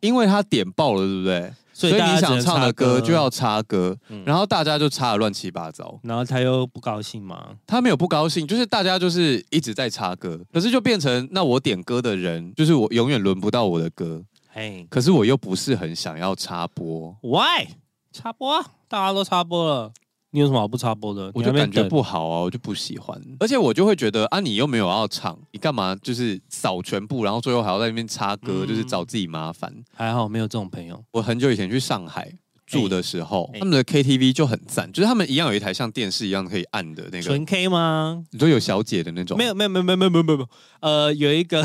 Speaker 1: 因为他点爆了，对不对？
Speaker 3: 所
Speaker 1: 所
Speaker 3: 以
Speaker 1: 以
Speaker 3: 大
Speaker 1: 你
Speaker 3: 家只
Speaker 1: 想
Speaker 3: 能
Speaker 1: 唱
Speaker 3: 插
Speaker 1: 的歌
Speaker 3: 歌
Speaker 1: 就要插歌，
Speaker 3: 嗯
Speaker 1: 然后大家就插的乱七八糟。
Speaker 3: 然后他又不高兴嘛。
Speaker 1: 他没有不高兴，就是大家就是一直在插歌，可是就变成那我点歌的人，就是我永远轮不到我的歌。
Speaker 3: 嘿
Speaker 1: 可是我又不是很想要插播，
Speaker 3: ，Why 插播啊？大家都插播了，你有什么好不插播的？
Speaker 1: 我
Speaker 3: 你
Speaker 1: 就
Speaker 3: 在那
Speaker 1: 感
Speaker 3: 边
Speaker 1: 觉
Speaker 3: 等
Speaker 1: 不好啊，我就不喜欢。而且我就会觉得啊，你又没有要唱，你干嘛就是扫全部，然后最后还要在那边插歌，
Speaker 3: 嗯
Speaker 1: 就是找自己麻烦。
Speaker 3: 还好没有这种朋友。
Speaker 1: 我很久以前去上海。住的时候，
Speaker 3: 哎
Speaker 1: 他们的 KTV 就很赞，就是他们一样有一台像电视一样可以按的那个，
Speaker 3: 纯 K 吗？
Speaker 1: 你说有小姐的那种，
Speaker 3: 没有没有没有没有没有没有没有，呃，有一个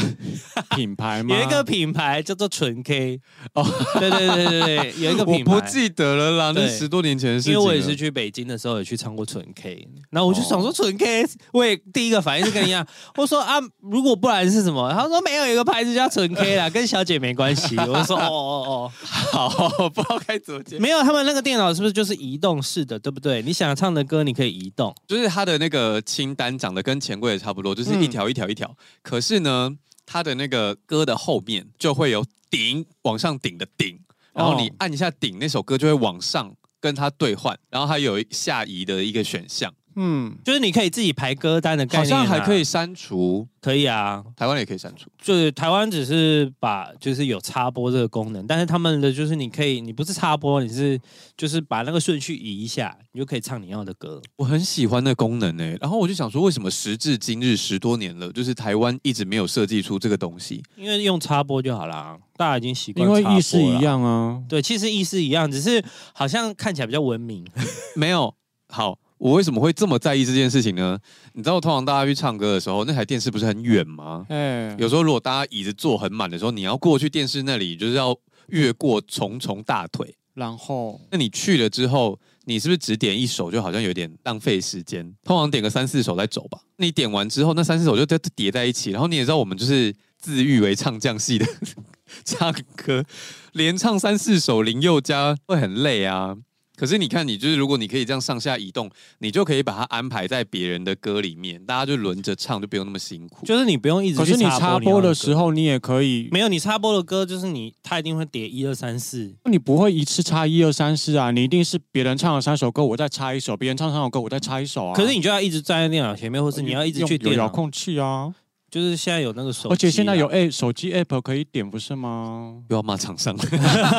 Speaker 2: 品牌吗？
Speaker 3: 有一个品牌叫做纯 K
Speaker 1: 哦
Speaker 3: 哦，对对对对对，有一个
Speaker 1: 我
Speaker 3: 品牌，
Speaker 1: 不记得了啦，那
Speaker 3: 对
Speaker 1: 是十多年前的事
Speaker 3: 因
Speaker 1: 情了。
Speaker 3: 为我也是去北京的时候也去唱过纯 K，然后我就想说纯 K，我也第一个反应是跟你一样，我说啊，如果不然是什么？他说没有，有一个牌子叫纯 K 啦，跟小姐没关系。我就说哦哦
Speaker 1: 好，不知道该怎么接
Speaker 3: 哦，。没有，他们那个电脑是不是就是移动式的，对不对？你想唱的歌你可以移动，
Speaker 1: 就是它的那个清单长得跟钱柜也差不多，就是
Speaker 3: 嗯
Speaker 1: 一条一条一条。可是呢，它的那个歌的后面就会有顶往上顶的顶，然后你
Speaker 3: 哦
Speaker 1: 按一下顶，那首歌就会往上跟它兑换，然后还有下移的一个选项，
Speaker 2: 嗯，
Speaker 3: 就是你可以自己排歌单的概
Speaker 1: 好
Speaker 3: 念啊、
Speaker 1: 像还可以删除，
Speaker 3: 可以啊，
Speaker 1: 台湾也可以删除。
Speaker 3: 就是台湾只是把就是有插播这个功能，但是他们的就是你可以，你不是插播，你是就是把那个顺序移一下，你就可以唱你要的歌。
Speaker 1: 我很喜欢那功能欸诶、然后我就想说，为什么时至今日十多年了，就是台湾一直没有设计出这个东西？
Speaker 3: 因为用插播就好啦，大家已经习惯。
Speaker 2: 因为意思一，样啊。
Speaker 3: 对，其实意思一样，只是好像看起来比较文明。 [laughs]
Speaker 1: 没有。好，我为什么会这么在意这件事情呢？你知道，通常大家去唱歌的时候，那台电视不是很远吗？
Speaker 2: 哎，
Speaker 1: 有时候如果大家椅子坐很满的时候，你要过去电视那里，就是要越过重重大腿。
Speaker 2: 然后
Speaker 1: 那你去了之后，你是不是只点一首，就好像有点浪费时间？通常点个三四首再走吧。你点完之后，那三四首就再叠在一起，然后你也知道，我们就是自誉为唱将系的 [laughs] 唱歌，连唱三四首林宥嘉会很累啊。可是你看，你就是如果你可以这样上下移动，你就可以把它安排在别人的歌里面，大家就轮着唱，就不用那么辛苦。
Speaker 3: 就是你不用一直
Speaker 2: 可
Speaker 3: 去
Speaker 2: 是你
Speaker 3: 插
Speaker 2: 插
Speaker 3: 播
Speaker 2: 播的时
Speaker 3: 你要
Speaker 2: 候，你也可
Speaker 3: 的
Speaker 2: 以
Speaker 3: 歌，没有你插播的歌，就是你它一定会叠一二三四。
Speaker 2: 你不会一次插一二三四啊，你一定是别人唱了三首歌，我再插一首；别人唱三首歌，我再插一首啊。
Speaker 3: 可是你就要一直站在电脑前面，或是你要一直去
Speaker 2: 用有
Speaker 3: 电
Speaker 2: 遥
Speaker 3: 脑。
Speaker 2: 控器啊，
Speaker 3: 就是现在有那个手机啦，啊
Speaker 2: 而且现在有 A 手机 app 可以点，不是吗？
Speaker 1: 又要骂厂商，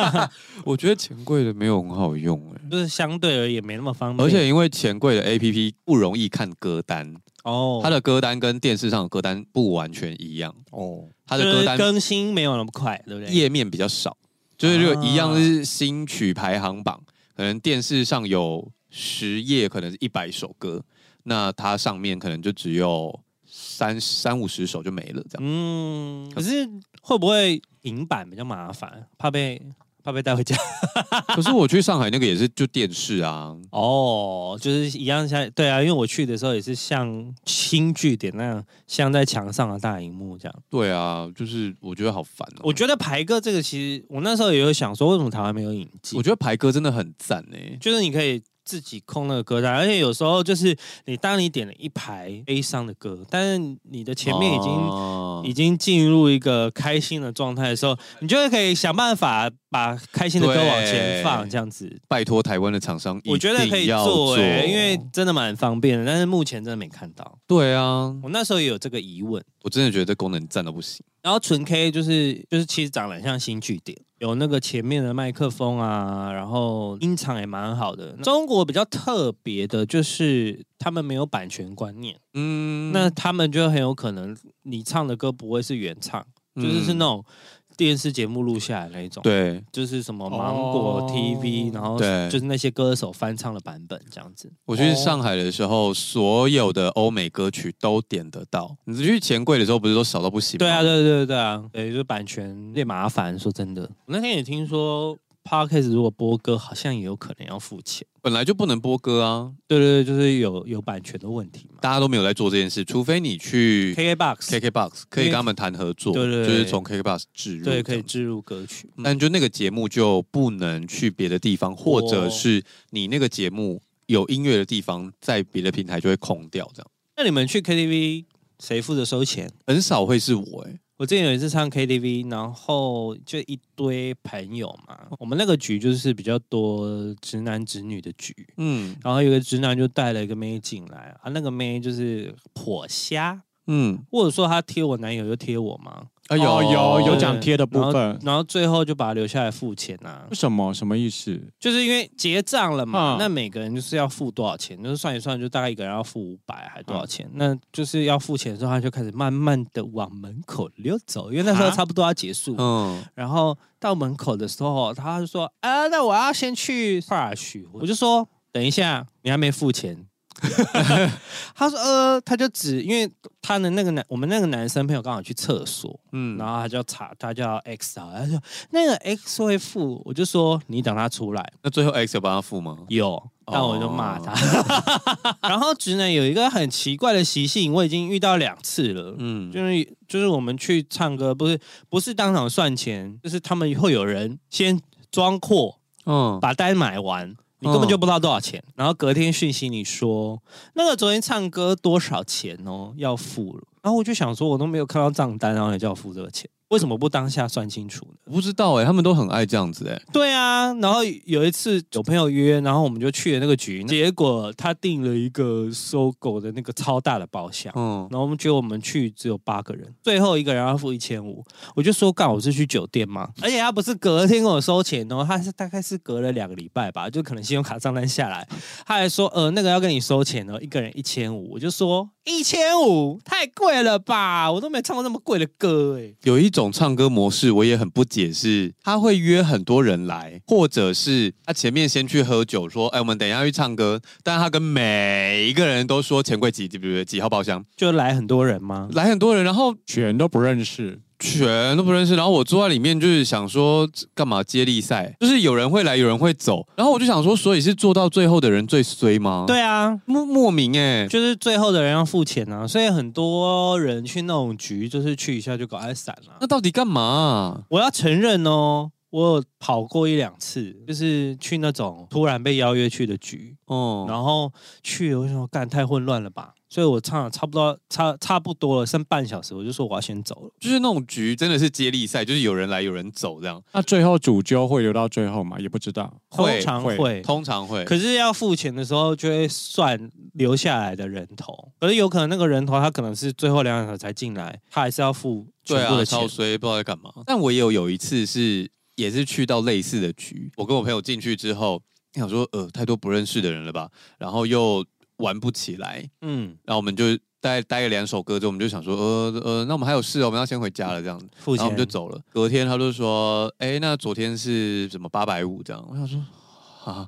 Speaker 1: [laughs] 我觉得钱柜的没有很好用哎、
Speaker 3: 就是相对而言没那么方便，
Speaker 1: 而且因为钱柜的 APP 不容易看歌单，
Speaker 3: 哦，
Speaker 1: 它的歌单跟电视上的歌单不完全一样，
Speaker 2: 哦，
Speaker 1: 它的
Speaker 3: 就是
Speaker 1: 歌单
Speaker 3: 更新没有那么快，对不对？
Speaker 1: 页面比较少，就是如果一样是新曲排行榜，可能电视上有十页，可能是一百首歌，那它上面可能就只有三三五十首就没了这
Speaker 3: [laughs]
Speaker 1: 样。
Speaker 3: 嗯，可是会不会银版比较麻烦，怕被怕被带
Speaker 1: [laughs]
Speaker 3: 回家？
Speaker 1: 可是我去上海那个也是就电视啊，
Speaker 3: 哦，就是一样像对啊，因为我去的时候也是像新据点那样，像在墙上的大荧幕这样。
Speaker 1: 对啊，就是我觉得好烦哦、
Speaker 3: 我觉得排歌这个其实我那时候也有想说，为什么台湾没有引进
Speaker 1: 我？觉得排歌真的很赞哎、
Speaker 3: 就是你可以自己控那个歌单，而且有时候就是你当你点了一排悲伤的歌，但是你的前面已经、
Speaker 1: 哦
Speaker 3: 已经进入一个开心的状态的时候，你就会可以想办法把开心的歌
Speaker 1: 对
Speaker 3: 往前放，这样子。
Speaker 1: 拜托台湾的厂商，
Speaker 3: 我觉得可以
Speaker 1: 做、
Speaker 3: 做、欸，因为真的蛮方便的，但是目前真的没看到。
Speaker 1: 对啊，
Speaker 3: 我那时候也有这个疑问。
Speaker 1: 我真的觉得这功能赞到不行。
Speaker 3: 然后纯 K 就是就是其实长得很像新据点，有那个前面的麦克风啊，然后音场也蛮好的。中国比较特别的就是他们没有版权观念，
Speaker 1: 嗯
Speaker 3: 那他们就很有可能你唱的歌不会是原唱，就是是
Speaker 1: 嗯
Speaker 3: 那种电视节目录下来那一种，，
Speaker 1: 对，
Speaker 3: 就是什么芒果
Speaker 2: 哦
Speaker 3: TV，、然后
Speaker 1: 对
Speaker 3: 就是那些歌手翻唱的版本这样子。
Speaker 1: 我去
Speaker 2: 哦
Speaker 1: 上海的时候，所有的欧美歌曲都点得到。你去钱柜的时候，不是都少到不行吗？
Speaker 3: 对啊，对对对啊，对，就是版权有点麻烦。说真的，我那天也听说 Podcast 如果播歌，好像也有可能要付钱。
Speaker 1: 本来就不能播歌啊，
Speaker 3: 对对对，就是有有版权的问题嘛。
Speaker 1: 大家都没有在做这件事，除非你去
Speaker 3: KKBox
Speaker 1: KKBox 可以跟他们谈合作，
Speaker 3: 对对对
Speaker 1: 就是从 KKBox 置入，
Speaker 3: 对可以。置入歌曲，
Speaker 1: 但就那个节目就不能去别的地方，或
Speaker 3: 哦
Speaker 1: 者是你那个节目有音乐的地方，在别的平台就会空掉，这样
Speaker 3: 那你们去 KTV 谁负责收钱？
Speaker 1: 很少会是我哎、
Speaker 3: 我之前有一次唱 KTV，然后就一堆朋友嘛，我们那个局就是比较多直男直女的局，
Speaker 1: 嗯
Speaker 3: 然后有个直男就带了一个妹进来啊，那个妹就是火虾，
Speaker 1: 嗯，
Speaker 3: 或者说他贴我男友就贴我嘛，
Speaker 1: 哎
Speaker 2: 有
Speaker 3: 哦
Speaker 2: 有有
Speaker 1: 讲
Speaker 2: 讲贴的部
Speaker 3: 然
Speaker 2: 分
Speaker 3: 后，然后最后就把他留下来付钱啊，
Speaker 2: 为什么？什么意思？
Speaker 3: 就是因为结账了嘛，
Speaker 2: 嗯
Speaker 3: 那每个人就是要付多少钱，就是算一算，就大概一个人要付五百还多少钱，
Speaker 2: 嗯
Speaker 3: 那就是要付钱的时候，他就开始慢慢的往门口溜走，因为那时候
Speaker 2: 啊
Speaker 3: 差不多要结束，
Speaker 1: 嗯，
Speaker 3: 然后到门口的时候，他就说：“啊，那我要先去 crush。”我就说：“等一下，你还没付钱。” [laughs] 他说：“呃，他就指，因为他的那个男，我们那个男生朋友刚好去厕所，
Speaker 1: 嗯
Speaker 3: 然后他就查，他叫 X 啊，他说那个 X 会付，我就说你等他出来
Speaker 1: 那最后 X 有帮他付吗？
Speaker 3: 有，但我就骂他。 [laughs] 然后直男有一个很奇怪的习性，我已经遇到两次了，
Speaker 1: 嗯，
Speaker 3: 就是就是我们去唱歌，不是不是当场算钱，就是他们会有人先装阔，
Speaker 1: 嗯，
Speaker 3: 把单买完，你根本
Speaker 1: 嗯
Speaker 3: 就不知道多少钱，然后隔天讯息你说那个昨天唱歌多少钱哦，要付了。然后我就想说，我都没有看到账单，然后你叫我付这个钱，为什么不当下算清楚呢？
Speaker 1: 我不知道哎、他们都很爱这样子哎、
Speaker 3: 对啊，然后有一次有朋友约，然后我们就去了那个局，结果他订了一个搜狗的那个超大的包厢。
Speaker 1: 嗯，
Speaker 3: 然后我们觉得我们去只有八个人，最后一个人要付一千五，我就说干我是去酒店嘛，而且他不是隔天跟我收钱哦，他是大概是隔了两个礼拜吧，就可能信用卡账单下来，他还说呃那个要跟你收钱哦，一个人一千五，我就说一千五太贵了吧，我都没唱过那么贵的歌哎，
Speaker 1: 有一种唱歌模式我也很不解释，他会约很多人来，或者是他前面先去喝酒，说哎、我们等一下去唱歌，但他跟每一个人都说钱柜几几几几号包厢，
Speaker 3: 就来很多人吗？
Speaker 1: 来很多人，然后
Speaker 2: 全都不认识，
Speaker 1: 全都不认识，然后我坐在里面就是想说干嘛接力赛，就是有人会来，有人会走，然后我就想说，所以是做到最后的人最衰吗？，
Speaker 3: 对啊，
Speaker 1: 莫莫名哎、
Speaker 3: 就是最后的人要付钱啊，所以很多人去那种局就是去一下就搞爱散了、
Speaker 1: 那到底干嘛啊、
Speaker 3: 我要承认哦，我有跑过一两次，就是去那种突然被邀约去的局，
Speaker 1: 哦，
Speaker 3: 然后去，我想说干太混乱了吧，所以我唱了差不多差差不多了，剩半小时，我就说我要先走了。
Speaker 1: 就是那种局真的是接力赛，就是有人来有人走这样，
Speaker 2: 那最后主揪会留到最后吗？也不知道。
Speaker 1: 会
Speaker 3: 通常
Speaker 2: 会
Speaker 3: 会，
Speaker 1: 通常会。
Speaker 3: 可是要付钱的时候就会算留下来的人头，可是有可能那个人头他可能是最后两小时才进来，他还是要付
Speaker 1: 对
Speaker 3: 全部
Speaker 1: 啊，
Speaker 3: 的钱。
Speaker 1: 超衰，不知道在干嘛。但我也有有一次是，也是去到类似的局，我跟我朋友进去之后，想说呃太多不认识的人了吧，然后又玩不起来，
Speaker 3: 嗯，
Speaker 1: 然后我们就待待个两首歌之后，我们就想说呃呃，那我们还有事哦，我们要先回家了这样子，
Speaker 3: 付
Speaker 1: 然后我们
Speaker 3: 钱
Speaker 1: 就走了。隔天他就说，哎，那昨天是什么八百五这样？我想说啊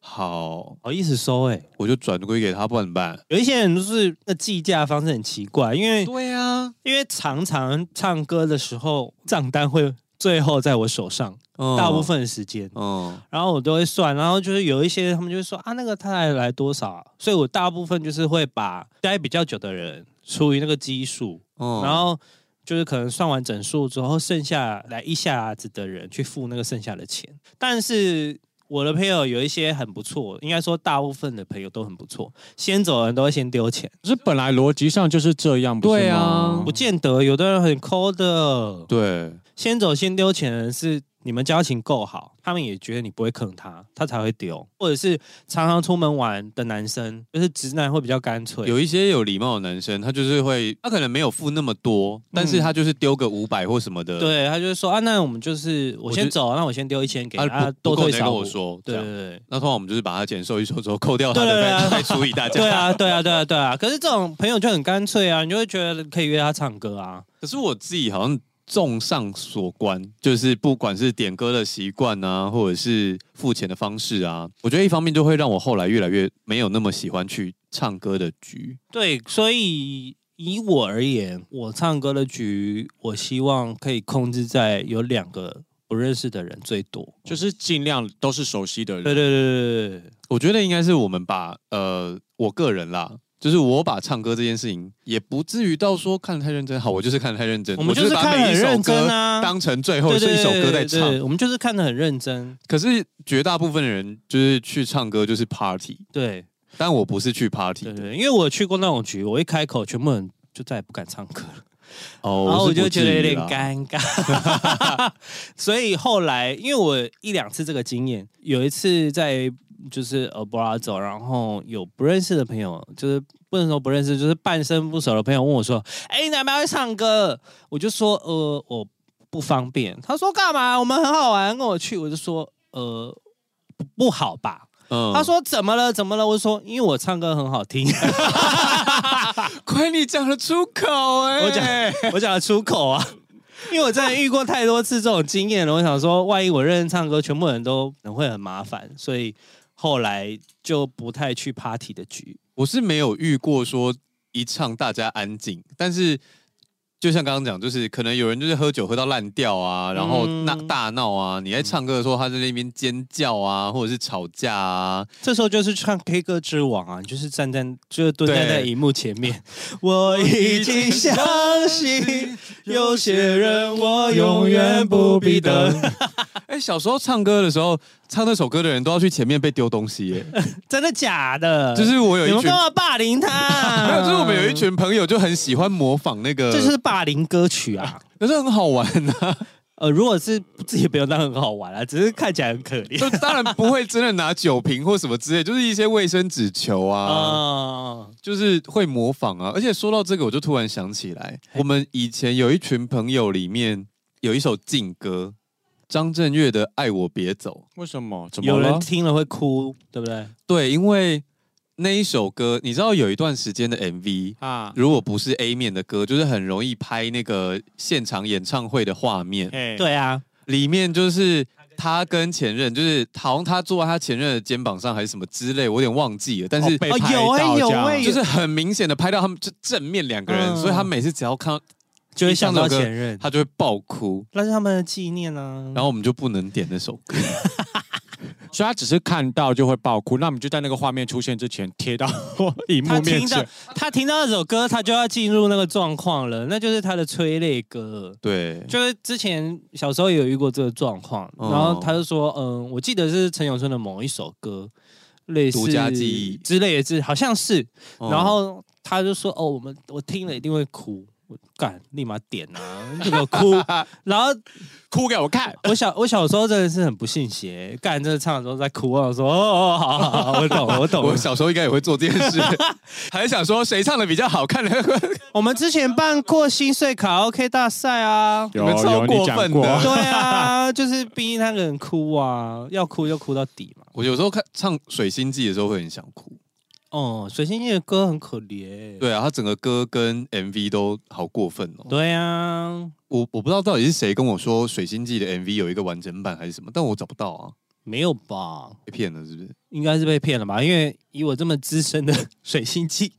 Speaker 1: 好，
Speaker 3: 好意思收哎、
Speaker 1: 我就转归给他，不然怎么办？
Speaker 3: 有一些人就是那计价方式很奇怪，因为
Speaker 1: 对啊，
Speaker 3: 因为常常唱歌的时候账单会最后在我手上，
Speaker 1: 嗯
Speaker 3: 大部分的时间。
Speaker 1: 嗯
Speaker 3: 然后我都会算，然后就是有一些他们就会说啊，那个他来来多少啊、所以我大部分就是会把待比较久的人除以那个基数，
Speaker 1: 嗯
Speaker 3: 然后就是可能算完整数之后，剩下来一下子的人去付那个剩下的钱。但是我的朋友有一些很不错，应该说大部分的朋友都很不错，先走的人都会先丢钱，
Speaker 2: 可是本来逻辑上就是这样，不
Speaker 1: 对
Speaker 2: 是
Speaker 1: 啊
Speaker 2: 吗？
Speaker 3: 不见得有的人很抠的，
Speaker 1: 对。
Speaker 3: 先走先丢钱的人是你们交情够好，他们也觉得你不会坑他，他才会丢，或者是常常出门玩的男生，就是直男会比较干脆，
Speaker 1: 有一些有礼貌的男生，他就是会，他可能没有付那么多，但是他就是丢个五百或什么的，，
Speaker 3: 嗯对他就会说啊，那我们就是我
Speaker 1: 我
Speaker 3: 先
Speaker 1: 就
Speaker 3: 走，那我先丢一千给
Speaker 1: 他
Speaker 3: 他，啊
Speaker 1: 不
Speaker 3: 多
Speaker 1: 不够
Speaker 3: 退
Speaker 1: 你再
Speaker 3: 少
Speaker 1: 跟
Speaker 3: 补
Speaker 1: 我。说，这
Speaker 3: 对对
Speaker 1: 样。
Speaker 3: 对。
Speaker 1: 那通常我们就是把他钱收一收之后，扣掉他
Speaker 3: 对
Speaker 1: 的
Speaker 3: 对对
Speaker 1: 再再除以大家。
Speaker 3: [laughs] 对啊，对啊，对啊，对啊！可是这种朋友就很干脆啊，你就会觉得可以约他唱歌啊。
Speaker 1: 可是我自己好像综上所观，就是不管是点歌的习惯啊，或者是付钱的方式啊，我觉得一方面就会让我后来越来越没有那么喜欢去唱歌的局。
Speaker 3: 对，所以以我而言，我唱歌的局，我希望可以控制在有两个不认识的人最多。
Speaker 2: 就是尽量都是熟悉的人。
Speaker 3: 对对对对对对，
Speaker 1: 我觉得应该是我们把呃，我个人啦。就是我把唱歌这件事情，也不至于到说看得太认真。好，我就是看得太认真，
Speaker 3: 我们就是
Speaker 1: 把
Speaker 3: 看得
Speaker 1: 每一
Speaker 3: 很
Speaker 1: 首
Speaker 3: 认真
Speaker 1: 歌
Speaker 3: 啊，
Speaker 1: 当成 [laughs] 最后
Speaker 3: 对对
Speaker 1: 是一
Speaker 3: 对
Speaker 1: 首歌在
Speaker 3: 对
Speaker 1: 唱。
Speaker 3: 对我们就是看得很认真。
Speaker 1: 可是绝大部分的人就是去唱歌就是 party，
Speaker 3: 对
Speaker 1: 但我不是去 party
Speaker 3: 对
Speaker 1: 的。
Speaker 3: 对，因为我去过那种局，我一开口，全部人就再也不敢唱歌了，
Speaker 1: 哦
Speaker 3: 然后
Speaker 1: 是
Speaker 3: 我就
Speaker 1: 不
Speaker 3: 觉
Speaker 1: 至
Speaker 3: 得有
Speaker 1: 于
Speaker 3: 点
Speaker 1: 啦
Speaker 3: 尴
Speaker 1: [laughs]
Speaker 3: 尬。所以后来，因为我一两次这个经验，有一次在就是 a b r a z o 然后有不认识的朋友，就是不能说不认识，就是半生不熟的朋友问我说：“哎、你要不要去唱歌？”我就说：“呃，我不方便。”他说：“干嘛？我们很好玩，跟我去。”我就说：“呃，不不好吧。”
Speaker 1: 嗯
Speaker 3: 他说怎么了？怎么了？我说因为我唱歌很好听， [laughs]
Speaker 1: 亏你讲得出口哎、
Speaker 3: 我讲我讲得出口啊，因为我真的遇过太多次这种经验了。我想说，万一我认真唱歌，全部人都可能会很麻烦，所以后来就不太去 party 的局。
Speaker 1: 我是没有遇过说一唱大家安静，但是就像刚刚讲，就是可能有人就是喝酒喝到烂掉啊，然后
Speaker 3: 嗯
Speaker 1: 那大闹啊，你在唱歌的时候他在那边尖叫啊，或者是吵架啊， [laughs]
Speaker 3: 这时候就是唱 K 歌之王啊，你就是站在就是蹲
Speaker 1: 对
Speaker 3: 在那荧幕前 [laughs] 面。我已经相信有些人我永远不必等，。
Speaker 1: 哎、小时候唱歌的时候，唱那首歌的人都要去前面被丢东西耶、
Speaker 3: [laughs] 真的假的？
Speaker 1: 就是我有
Speaker 3: 你
Speaker 1: 一
Speaker 3: 们
Speaker 1: 群
Speaker 3: 干。嘛霸凌他？ [laughs]
Speaker 1: 没有，就是我们有一群朋友就很喜欢模仿那个，
Speaker 3: 这就是霸凌歌曲啊。
Speaker 1: 可是很好玩 [laughs] 啊。
Speaker 3: 呃，如果是自己朋友，那很好玩啊，只是看起来很可怜
Speaker 1: 就当然不会真的拿酒瓶或什么之类，就是一些卫生纸球
Speaker 3: 啊、
Speaker 1: 啊，
Speaker 3: 哦
Speaker 1: 就是会模仿啊。而且说到这个，我就突然想起来，我们以前有一群朋友里面有一首劲歌，张震岳的《爱我别走
Speaker 2: 为什么？怎么
Speaker 3: 有人
Speaker 2: 了？
Speaker 3: 听了会哭，对不对？》。
Speaker 1: 对，因为那一首歌，你知道有一段时间的 MV。
Speaker 2: 啊，
Speaker 1: 如果不是 A 面的歌，就是很容易拍那个现场演唱会的画面。
Speaker 2: 对
Speaker 3: 对啊，
Speaker 1: 里面就是他跟前任，就是好像他坐在他前任的肩膀上还是什么之类，我有点忘记了。但是
Speaker 2: 哦被
Speaker 3: 哦
Speaker 2: 拍
Speaker 3: 有欸
Speaker 2: 到
Speaker 3: 有
Speaker 2: 这样
Speaker 3: 欸
Speaker 1: 就是很明显的拍到他们就正面两个人，
Speaker 3: 嗯
Speaker 1: 所以他每次只要看到
Speaker 3: 就会想到
Speaker 1: 一唱这首歌
Speaker 3: 前任，
Speaker 1: 他就会爆哭，
Speaker 3: 那是他们的纪念啊。
Speaker 1: 然后我们就不能点那首歌。
Speaker 2: 所以他只是看到就会爆哭，那我们就在那个画面出现之前贴到荧
Speaker 3: 他
Speaker 2: 幕
Speaker 3: 听
Speaker 2: 面
Speaker 3: 到
Speaker 2: 前。
Speaker 3: 他听到那首歌，他就要进入那个状况了，那就是他的催泪歌。
Speaker 1: 对，
Speaker 3: 就是之前小时候也有遇过这个状况，
Speaker 1: 哦
Speaker 3: 然后他就说，嗯，我记得是陈永春的某一首歌，类似
Speaker 1: 独家记忆
Speaker 3: 之类的字，好像是。
Speaker 2: 嗯
Speaker 1: 哦
Speaker 3: 然后他就说，哦，我们我听了一定会哭，我干立马点啊， [laughs] 这个
Speaker 2: [laughs]
Speaker 3: 哭。然后
Speaker 2: 哭给我看，
Speaker 3: 我小我小时候真的是很不信邪，干真的唱的时候在哭，我说，哦，哦好好好，我懂了，我懂了
Speaker 1: 我。小时候应该也会做这件 [laughs] 事，还想说谁唱的比较好 [laughs] 看的。
Speaker 3: [laughs] 我们之前办过新岁卡拉 OK 大赛啊。
Speaker 2: 有
Speaker 1: 你们超
Speaker 2: 有你
Speaker 1: 过
Speaker 2: 讲
Speaker 1: 分
Speaker 2: 过，
Speaker 1: 的
Speaker 3: 对啊，就是逼那个人哭啊，要哭就哭到底嘛。
Speaker 1: 我有时候看唱《水星记》的时候会很想哭。
Speaker 3: 哦，水星夜的歌很可怜。
Speaker 1: 对啊，他整个歌跟 MV 都好过分哦。
Speaker 3: 对啊，
Speaker 1: 我我不知道到底是谁跟我说《水星记》的 MV 有一个完整版还是什么，但我找不到啊，
Speaker 3: 没有吧？
Speaker 1: 被骗了是不是？
Speaker 3: 应该是被骗了吧？因为以我这么资深的水星记，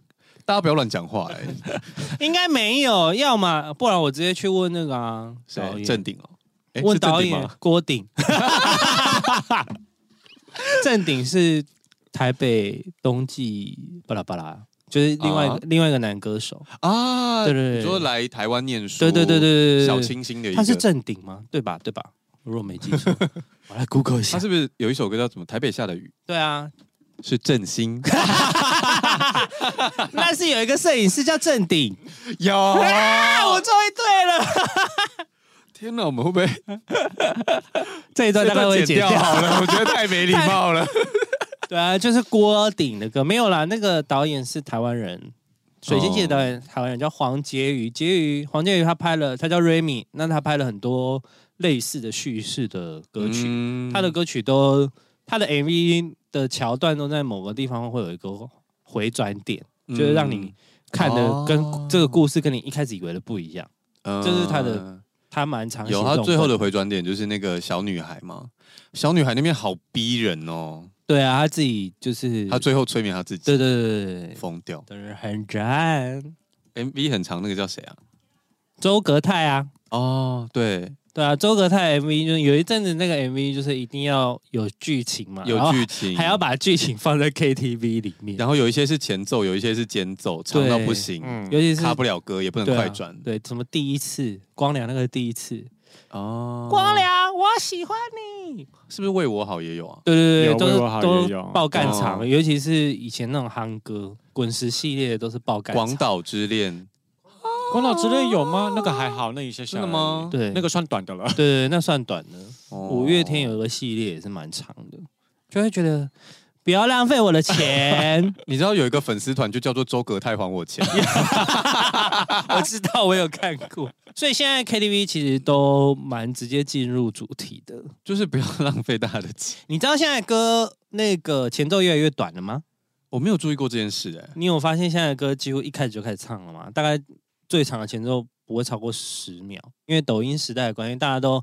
Speaker 1: 大家不要乱讲话哎、
Speaker 3: [laughs] 应该没有。要么不然我直接去问那个啊，
Speaker 1: [laughs]
Speaker 3: 导
Speaker 1: 谁？
Speaker 3: 演
Speaker 1: 正鼎哦，哎
Speaker 3: 问
Speaker 1: 是正
Speaker 3: 导
Speaker 1: 鼎
Speaker 3: 演
Speaker 1: 吗
Speaker 3: 郭 [laughs] 鼎。正鼎是台北冬季巴拉巴拉，就是另外一个、
Speaker 1: 啊
Speaker 3: 另外一个男歌手。
Speaker 1: 啊，
Speaker 3: 对对对对
Speaker 1: 你说来台湾念书，
Speaker 3: 对对对对对对，
Speaker 1: 小清新的一个，
Speaker 3: 他是正鼎吗？对吧？对吧？如果没记错， [laughs] 我来 Google 一
Speaker 1: 他
Speaker 3: 下。
Speaker 1: 是不是有一首歌叫什么《台北下的雨
Speaker 3: 对啊，》？
Speaker 1: 是正兴，
Speaker 3: 那是有一个摄影师叫正鼎。
Speaker 1: [laughs] 有
Speaker 3: 啊，我终于对了，
Speaker 1: 天哪，我们会
Speaker 3: [laughs]
Speaker 1: 不会
Speaker 3: 这一段大概会
Speaker 1: 这
Speaker 3: 剪
Speaker 1: 剪
Speaker 3: 掉。
Speaker 1: 好了？我 [laughs] 觉得太没礼貌了。
Speaker 3: 对啊，就是郭顶的歌没有啦，那个导演是台湾人。水星记的导演，台湾人叫黄杰瑜。杰瑜，黄杰瑜他拍了，他叫 Remy，那他拍了很多类似的叙事的 [laughs] 歌曲，
Speaker 1: 嗯
Speaker 3: 他的歌曲都，他的 MV 的桥段都在某个地方会有一个回转点，就是让你看的跟
Speaker 1: 哦
Speaker 3: 这个故事跟你一开始以为的不一样。
Speaker 1: 嗯
Speaker 3: 这是他的他蛮常
Speaker 1: 有
Speaker 3: 写
Speaker 1: 他
Speaker 3: 这种
Speaker 1: 最后
Speaker 3: 歌
Speaker 1: 的回转点就是那个小女孩嘛，小女孩那边好逼人哦，
Speaker 3: 对啊，他自己就是
Speaker 1: 她最后催眠她自己，
Speaker 3: 对对对对对，
Speaker 1: 疯掉。
Speaker 3: 当然很赞。
Speaker 1: MV 很长，那个叫谁啊？
Speaker 3: 周格泰啊，
Speaker 1: 哦，对，
Speaker 3: 对啊，周格泰 MV 就是有一阵子那个 MV 就是一定要有剧情嘛，
Speaker 1: 有
Speaker 3: 然后
Speaker 1: 剧情，
Speaker 3: 啊还要，把剧情放在 KTV 里面，
Speaker 1: 然后有一些是前奏，有一些是间奏，长到不行，
Speaker 2: 嗯，
Speaker 3: 尤其是
Speaker 1: 卡不了歌，也不能
Speaker 3: 对啊
Speaker 1: 快转。
Speaker 3: 对什么第一次光良那个第一次，
Speaker 1: 哦，
Speaker 3: 光良我喜欢你，
Speaker 1: 是不是为我好也有啊？
Speaker 3: 对对对，
Speaker 2: 有
Speaker 3: 都
Speaker 2: 为我好
Speaker 3: 是都
Speaker 2: 也
Speaker 3: 是
Speaker 2: 有
Speaker 3: 爆干场，
Speaker 1: 哦
Speaker 3: 尤其是以前那种夯歌、滚石系列的都是爆干
Speaker 1: 广
Speaker 3: 场，
Speaker 1: 岛之恋，
Speaker 2: 广岛之恋有吗？那个还好，那一些下
Speaker 1: 真的
Speaker 2: 来
Speaker 1: 吗？
Speaker 3: 对，
Speaker 2: 那个算短的了。
Speaker 3: 对对，那算短的。
Speaker 1: 哦
Speaker 3: 五月天有一个系列也是蛮长的，就会觉得不要浪费我的钱。
Speaker 1: 你知道有一个粉丝团就叫做周格泰还我钱，
Speaker 3: [laughs] 我知道，我有看过。所以现在 KTV 其实都蛮直接进入主题的。
Speaker 1: 就是不要浪费大家的钱。
Speaker 3: 你知道现在歌那个前奏越来越短了吗？
Speaker 1: 我没有注意过这件事、哎，
Speaker 3: 你有发现现在的歌几乎一开始就开始唱了吗？大概最长的前奏不会超过十秒，因为抖音时代的关系，大家都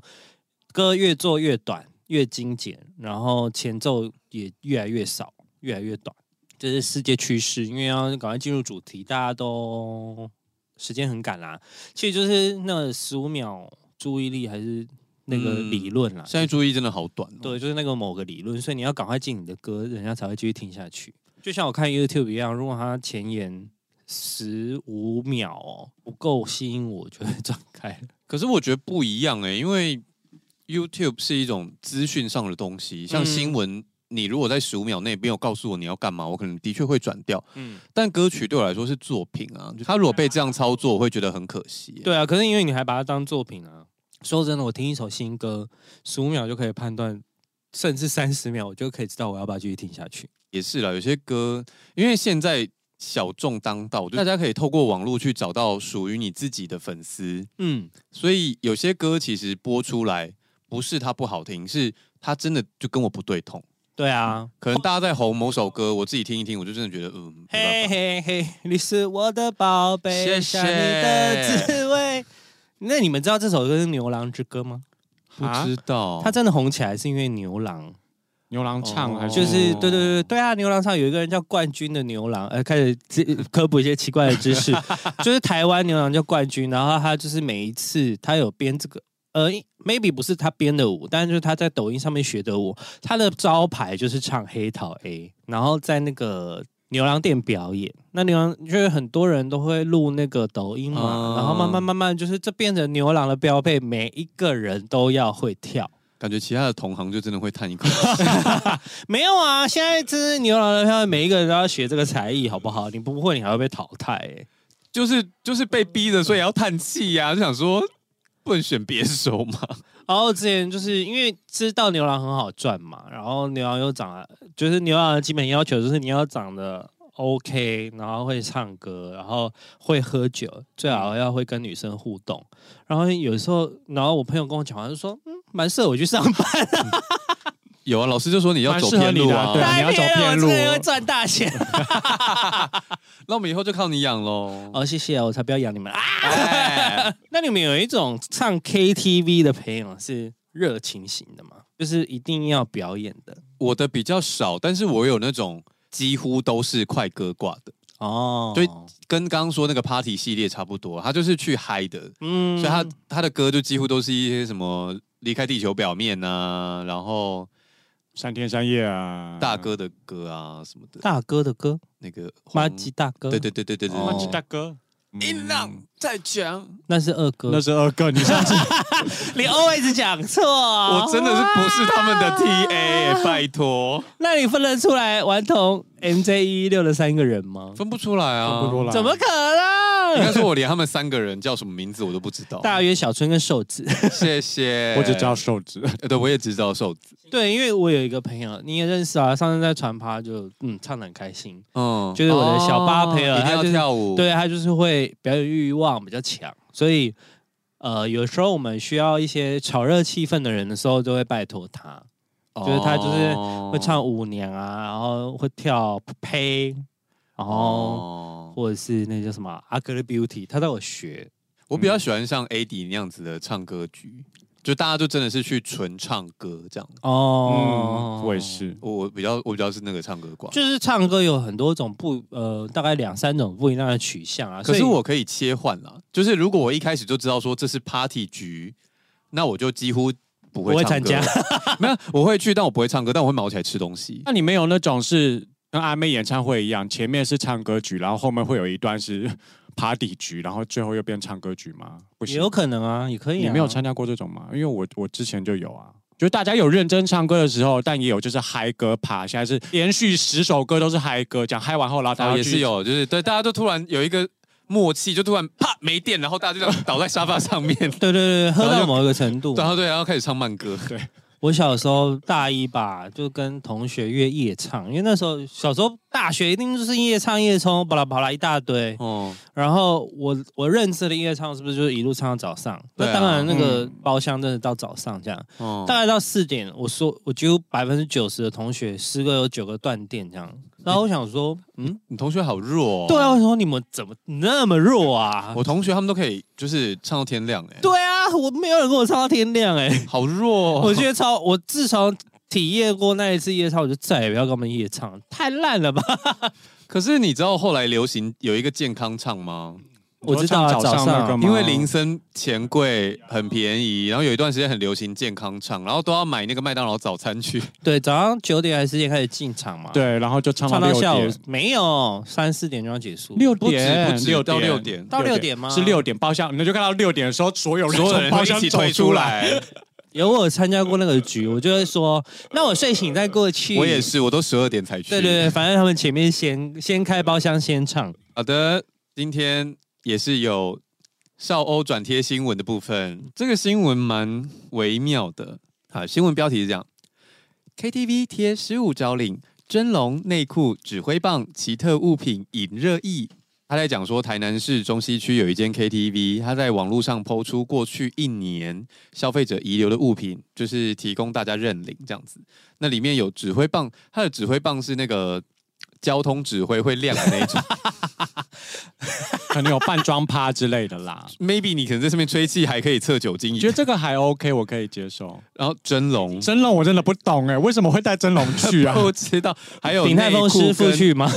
Speaker 3: 歌越做越短，越精简，然后前奏也越来越少，越来越短，这是世界趋势。因为要赶快进入主题，大家都时间很赶啦。其实就是那十五秒注意力还是那个
Speaker 1: 嗯
Speaker 3: 理论啦，
Speaker 1: 现在注意真的好短、哦。
Speaker 3: 对，就是那个某个理论，所以你要赶快进你的歌，人家才会继续听下去。就像我看 YouTube 一样，如果它前言十五秒哦不够吸引我，我就会转开了。
Speaker 1: 可是我觉得不一样哎、因为 YouTube 是一种资讯上的东西，像
Speaker 3: 嗯
Speaker 1: 新闻，你如果在十五秒内没有告诉我你要干嘛，我可能的确会转掉。
Speaker 3: 嗯，
Speaker 1: 但歌曲对我来说是作品啊，就它如果被这样操作，我会觉得很可惜、
Speaker 3: 对啊，可是因为你还把它当作品啊。说真的，我听一首新歌，十五秒就可以判断，甚至三十秒，我就可以知道我要不要继续听下去。
Speaker 1: 也是啦，有些歌因为现在小众当道，就大家可以透过网络去找到属于你自己的粉丝，
Speaker 3: 嗯，
Speaker 1: 所以有些歌其实播出来不是它不好听，是它真的就跟我不对痛。
Speaker 3: 对啊，
Speaker 1: 可能大家在红某首歌，我自己听一听，我就真的觉得，嗯，
Speaker 3: 嘿
Speaker 1: 没办法。
Speaker 3: 嘿嘿，你是我的宝贝，
Speaker 1: 谢谢
Speaker 3: 想你的滋味。 [laughs] 那你们知道这首歌是《牛郎之歌》吗？
Speaker 1: 不知道，
Speaker 3: 它真的红起来是因为牛郎，
Speaker 2: 牛郎唱还是
Speaker 3: 就是
Speaker 1: 哦
Speaker 3: 对对对对啊，牛郎上有一个人叫冠军的牛郎，呃，开始这科普一些奇 [laughs] 怪的知识，就是台湾牛郎叫冠军，然后他就是每一次他有编这个呃，maybe 不是他编的舞，但是就是他在抖音上面学的舞。他的招牌就是唱黑桃 A，然后在那个牛郎店表演。那牛郎就是很多人都会录那个抖音嘛，
Speaker 1: 嗯
Speaker 3: 然后慢慢慢慢就是这变成牛郎的标配，每一个人都要会跳。
Speaker 1: 感觉其他的同行就真的会叹一口气。 [laughs]
Speaker 3: 没有啊，现在这是牛郎的标配，每一个人都要学这个才艺，好不好？你不会，你还会被淘汰、欸。
Speaker 1: 就是就是被逼的，所以要叹气呀、就想说不能选别手嘛。
Speaker 3: 然后之前就是因为知道牛郎很好赚嘛，然后牛郎又长得，就是牛郎的基本要求就是你要长得 OK，然后会唱歌，然后会喝酒，最好要会跟女生互动。然后有时候，然后我朋友跟我讲话他就说，嗯，蛮适合我去上班，
Speaker 1: 有啊，老师就说你要走偏路
Speaker 2: 蛮适合你的对啊
Speaker 1: 啊，
Speaker 2: 你要走偏
Speaker 3: [laughs]
Speaker 2: 路
Speaker 3: 我这个嗯
Speaker 2: [laughs]
Speaker 3: 人会赚大钱。 [laughs]
Speaker 1: 那我们以后就靠你养喽。
Speaker 3: 哦，谢谢哦，我才不要养你们啊！
Speaker 1: [laughs] 哎
Speaker 3: 那你们有一种唱 KTV 的朋友是热情型的吗？就是一定要表演的
Speaker 1: 我的比较少，但是我有那种几乎都是快歌挂的，
Speaker 3: 哦，
Speaker 1: 对跟刚刚说那个 party 系列差不多，他就是去嗨的，
Speaker 3: 嗯
Speaker 1: 所以他他的歌就几乎都是一些什么离开地球表面啊，然后
Speaker 2: 三天三夜啊，
Speaker 1: 大哥的歌啊什么的，
Speaker 3: 大哥的歌，
Speaker 1: 那个黄
Speaker 3: 马吉，大哥，
Speaker 1: 对对对对对对
Speaker 2: 忘记
Speaker 1: 对
Speaker 3: 哦
Speaker 2: 大哥，
Speaker 1: 音浪再强。
Speaker 3: 那是二哥
Speaker 2: 那。是二哥，你上次
Speaker 3: 哦你 always 讲错，
Speaker 1: 我真的是不是他们的 TA，、拜托，
Speaker 3: 那你分得出来顽童 MJ 一六的三个人吗？
Speaker 1: 分不出来啊，
Speaker 2: 不多了，
Speaker 3: 怎么可
Speaker 1: 应该
Speaker 3: 能？
Speaker 1: 说，我连他们三个人叫什么名字我都不知道。
Speaker 3: 大约小春跟瘦子。
Speaker 1: [laughs] 谢谢，
Speaker 2: 我只知道瘦子，
Speaker 1: 呃，对，我也只知道瘦子。
Speaker 3: [laughs] 对，因为我有一个朋友，你也认识啊，上次在传趴就嗯唱的很开心，
Speaker 1: 嗯，
Speaker 3: 就是我的小巴培尔
Speaker 1: 哦一定
Speaker 3: 他
Speaker 1: 要
Speaker 3: 就是
Speaker 1: 跳舞。，
Speaker 3: 对他就是会表演欲望比较强，所以呃有时候我们需要一些炒热气氛的人的时候，就会拜托他。就是他就是
Speaker 1: 哦
Speaker 3: 会唱舞娘啊，然后会跳呸，然后
Speaker 1: 哦。
Speaker 3: 或者是那叫什么阿哥的 Beauty，他带我学。
Speaker 1: 我
Speaker 3: 嗯
Speaker 1: 比较喜欢像 AD 那样子的唱歌局，就大家就真的是去纯唱歌这样。
Speaker 3: 哦
Speaker 2: 嗯，我也，是，
Speaker 1: 我我比较我比较是那个唱歌挂，
Speaker 3: 哦就是唱歌有很多种不呃，大概两三种不一样的取向啊。
Speaker 1: 可是
Speaker 3: 所以
Speaker 1: 我可以切换啦。就是如果我一开始就知道说这是 party 局，那我就几乎不
Speaker 3: 不
Speaker 1: 会
Speaker 3: 会
Speaker 1: 唱
Speaker 3: 参
Speaker 1: 歌
Speaker 3: 加，
Speaker 1: [laughs] 没有，我会去，但我不会唱歌，但我会毛起来吃东
Speaker 3: [laughs]
Speaker 1: 西。
Speaker 2: 那你没有那种是跟阿妹演唱会一样，前面是唱歌局，然后后面会有一段是 party 局，然后最后又变唱歌局吗？不
Speaker 3: 也
Speaker 2: 行，
Speaker 3: 有可能啊，也可以、啊。
Speaker 2: 你没有参加过这种吗？因为我我之前就有啊。就是大家有认真唱歌的时候，但也有就是嗨歌趴，现在是连续十首歌都是嗨歌，讲嗨完后，然后大
Speaker 1: 然哦
Speaker 2: 家
Speaker 1: 后也是
Speaker 2: 继续
Speaker 1: 有，就是对大家都突然有一个默契，就突然啪没电，然后大家就这样倒在沙发上
Speaker 3: [laughs]
Speaker 1: 面，
Speaker 3: 对对对，喝
Speaker 1: 然后
Speaker 3: 到
Speaker 1: 就
Speaker 3: 某一个程度。
Speaker 1: 然后对，然后开始唱慢歌。
Speaker 3: 我小时候大一吧，就跟同学约夜唱，因为那时候小时候大学一定就是夜唱夜冲，巴拉巴拉一大堆。
Speaker 1: 哦，
Speaker 3: 然后我我认识的夜唱是不是就是一路唱到早上？
Speaker 1: 对
Speaker 3: 那、
Speaker 1: 啊
Speaker 3: 当然，那个
Speaker 2: 嗯
Speaker 3: 包厢真的到早上这样，
Speaker 1: 哦
Speaker 3: 大概到四点，我说我几乎百分之九十的同学十个有九个断电这样。然后我想说，嗯，
Speaker 1: 你同学好弱、哦。
Speaker 3: 对啊，我，说你们怎么那么弱啊？
Speaker 1: 我同学他们都可以就是唱到天亮、哎，，
Speaker 3: 对啊，我没有人跟我唱到天亮哎、
Speaker 1: 好弱、哦。
Speaker 3: 我觉得超，我自从体验过那一次夜唱，我就再也不要跟他们夜唱，太烂了吧？
Speaker 1: 可是你知道后来流行有一个健康唱吗？
Speaker 2: 你说
Speaker 3: 我知道啊
Speaker 2: 唱早
Speaker 3: 早
Speaker 2: 上
Speaker 3: 上啊
Speaker 2: 那个吗？
Speaker 1: 因为林森钱柜很便宜，然后有一段时间很流行健康唱，然后都要买那个麦当劳早餐去。
Speaker 3: [laughs] 对，早上九点还是十点开始进场嘛？。
Speaker 2: 对，然后就唱
Speaker 3: 唱
Speaker 2: 到
Speaker 3: 到
Speaker 2: 六
Speaker 3: 下午
Speaker 2: 点，
Speaker 3: 没有三四点就要结束，
Speaker 2: 六
Speaker 1: 不止
Speaker 2: 点
Speaker 1: 不止
Speaker 2: 六
Speaker 1: 到六点
Speaker 3: 到六点吗
Speaker 2: 是六点包厢，你就看到六点的时候，所有人
Speaker 1: 所有人会
Speaker 2: 从包
Speaker 1: 一
Speaker 2: 厢
Speaker 1: 起
Speaker 2: 走
Speaker 1: 退
Speaker 2: 出
Speaker 1: 出
Speaker 2: 来。 [laughs]
Speaker 1: 来，
Speaker 3: 有我有参加过那个局，我就会说，那我睡醒再过去。
Speaker 1: 我也。是，我都十二点才去。
Speaker 3: 对对对，反正他们前面先先开包厢先唱，
Speaker 1: 好的，今天也是有少欧转贴新闻的部分。这个新闻蛮微妙的。好，新闻标题是这样：KTV 贴十五招领，蒸笼、内裤、指挥棒、奇特物品引热议。他在讲说，台南市中西区有一间 KTV，他在网络上抛出过去一年消费者遗留的物品，就是提供大家认领这样子。那里面有指挥棒，它的指挥棒是那个交通指挥会亮的那一种。
Speaker 2: 可能有扮装趴之类的啦。
Speaker 1: maybe 你可能在上面吹气还可以测酒精
Speaker 2: 你觉，得这个还 OK，我可以接受。
Speaker 1: 然后蒸笼，
Speaker 2: [laughs] 蒸笼我真的不懂哎，为什么会带蒸笼 [laughs]
Speaker 1: [laughs]
Speaker 2: 去啊？
Speaker 1: 不知道，还有
Speaker 3: 鼎泰丰
Speaker 1: 内裤
Speaker 3: 师傅
Speaker 1: 跟，
Speaker 3: 去吗？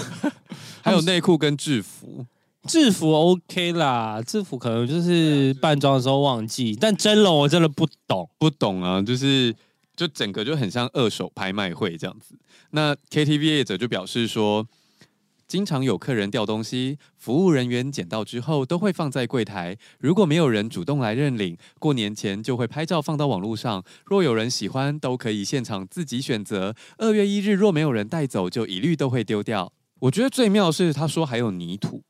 Speaker 1: 还有内裤跟制服，
Speaker 3: [laughs] 制服 OK 啦，制服可能就是扮装的时候忘记，但真龙我真的不懂。
Speaker 1: 不懂啊，就是就整个就很像二手拍卖会这样子。那 KTV 业者就表示说，经常有客人掉东西，服务人员捡到之后都会放在柜台，如果没有人主动来认领，过年前就会拍照放到网络上，若有人喜欢都可以现场自己选择。二月一日若没有人带走，就一律都会丢掉。我觉得最妙的是他说还有泥土，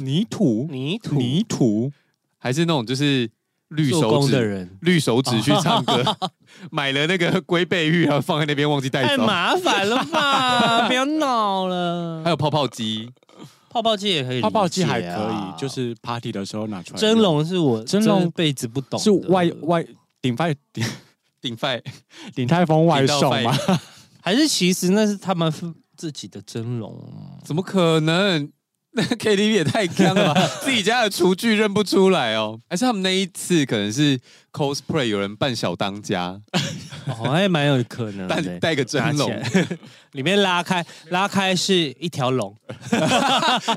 Speaker 2: 泥 [laughs] 土，
Speaker 3: 泥土
Speaker 2: 泥土，
Speaker 1: 还是那种就是绿
Speaker 3: 做
Speaker 1: 手
Speaker 3: 工
Speaker 1: 指
Speaker 3: 的人
Speaker 1: 绿手指去唱歌， [laughs] 买了那个龟背玉，然后放在那边忘记带
Speaker 3: 哦太
Speaker 1: 走。
Speaker 3: 麻烦了
Speaker 2: [laughs]
Speaker 3: 吧，不要闹了
Speaker 1: 还。有泡泡机，
Speaker 3: 泡泡机也可以理解啊、啊
Speaker 2: 泡泡机还可以，就是 party 的时候拿出来用。
Speaker 3: 蒸笼是我
Speaker 2: 蒸笼
Speaker 3: 这辈子不懂的，
Speaker 2: 是外外鼎 [laughs] 泰鼎
Speaker 1: 顶费
Speaker 2: 鼎泰丰外送
Speaker 1: 鼎
Speaker 2: 吗
Speaker 1: 泰？
Speaker 3: 还是其实那是他们自己的蒸笼啊。
Speaker 1: 怎么可能？那 KTV 也太坑了
Speaker 3: [laughs]
Speaker 1: 吧！自己家的厨具认不出来哦。还是他们那一次可能是 cosplay 有人扮小当家，
Speaker 2: [laughs]
Speaker 3: 哦，还蛮有可能
Speaker 1: 带
Speaker 3: 的。
Speaker 1: 带个蒸笼，
Speaker 3: 拿起来 [laughs] 里面拉开，拉开是一条龙，
Speaker 2: [laughs]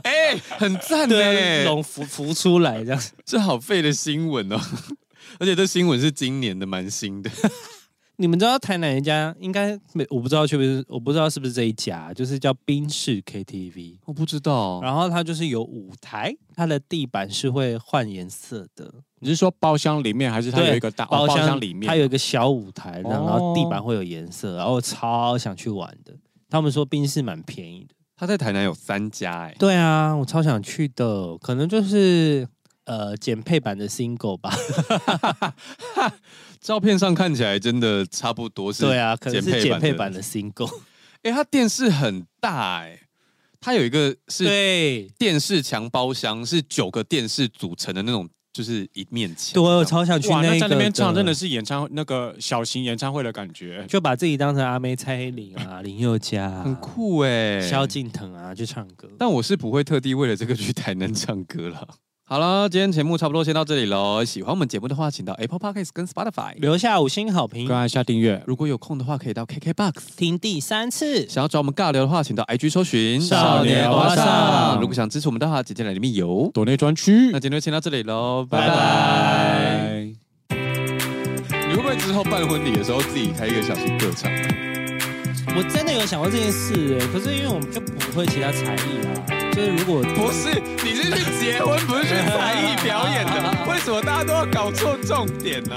Speaker 1: 哎、很赞
Speaker 3: 对，
Speaker 1: 呢。
Speaker 3: 龙浮浮出来这样。
Speaker 1: 这好废的新闻哦， [laughs] 而且这新闻是今年的，蛮新
Speaker 3: [laughs]
Speaker 1: 的。
Speaker 3: 你们知道台南一家应该没，我不知道是不是，我不知道是不是这一家，就是叫冰室 KTV，
Speaker 1: 我不知
Speaker 2: 哦
Speaker 1: 道，
Speaker 3: 然后它就是有舞台，它的地板是会换颜色的，
Speaker 2: 你是说包厢里面，还是它
Speaker 3: 对
Speaker 2: 有一个大哦包厢里面？
Speaker 3: 它有一个小舞台，然后
Speaker 2: 哦
Speaker 3: 然后地板会有颜色，然后我超想去玩的。他们说冰室蛮便宜的，
Speaker 1: 他在台南有三家哎、
Speaker 3: 对啊，我超想去的，可能就是呃减配版的 single 吧，
Speaker 1: 照片上看起来真的差不多是
Speaker 3: 对啊，可能是
Speaker 1: 减
Speaker 3: 减
Speaker 1: 配
Speaker 3: 配
Speaker 1: 版
Speaker 3: 版
Speaker 1: 的
Speaker 3: 的 single，
Speaker 1: 哎、它电视很大哎、它有一个是
Speaker 3: 对。
Speaker 1: 电视墙包厢，是九个电视组成的那种，就是一面墙。
Speaker 3: 对，我超想去
Speaker 2: 哇，
Speaker 3: 个
Speaker 2: 那在那
Speaker 3: 的
Speaker 2: 边唱真的是演唱那个小型演唱会的感觉。
Speaker 3: 就把自己当成阿妹、蔡依林啊、林宥嘉、啊、
Speaker 1: 很、酷哎、
Speaker 2: 欸
Speaker 3: 萧敬腾啊去唱歌。
Speaker 1: 但我是不会特地为了这个去台南唱歌了。 [laughs] 好了，今天节目差不多先到这里喽。喜欢我们节目的话，请到 Apple Podcast 跟 Spotify。
Speaker 3: 留下五星好评
Speaker 2: 快，按下订阅，
Speaker 1: 如果有空的话，可以到 KKBox。
Speaker 3: 听第三次。
Speaker 1: 想要找我们尬聊的话，请到 IG 搜寻
Speaker 3: 少年华上
Speaker 1: 如果想支持我们的话，请进来里面有。
Speaker 2: 躲内专区
Speaker 1: 那。今天就先到这里喽，拜
Speaker 3: 拜
Speaker 1: 拜
Speaker 3: 拜。
Speaker 1: 你会不会之后办婚礼的时候自己开一个小型歌唱？
Speaker 3: 我真的有想过这件事、欸，可是因为我们就不会其他才艺啊，就是如果
Speaker 1: 不是，你是去结婚，不是去才艺表演的，为什么大家都要搞错重点呢、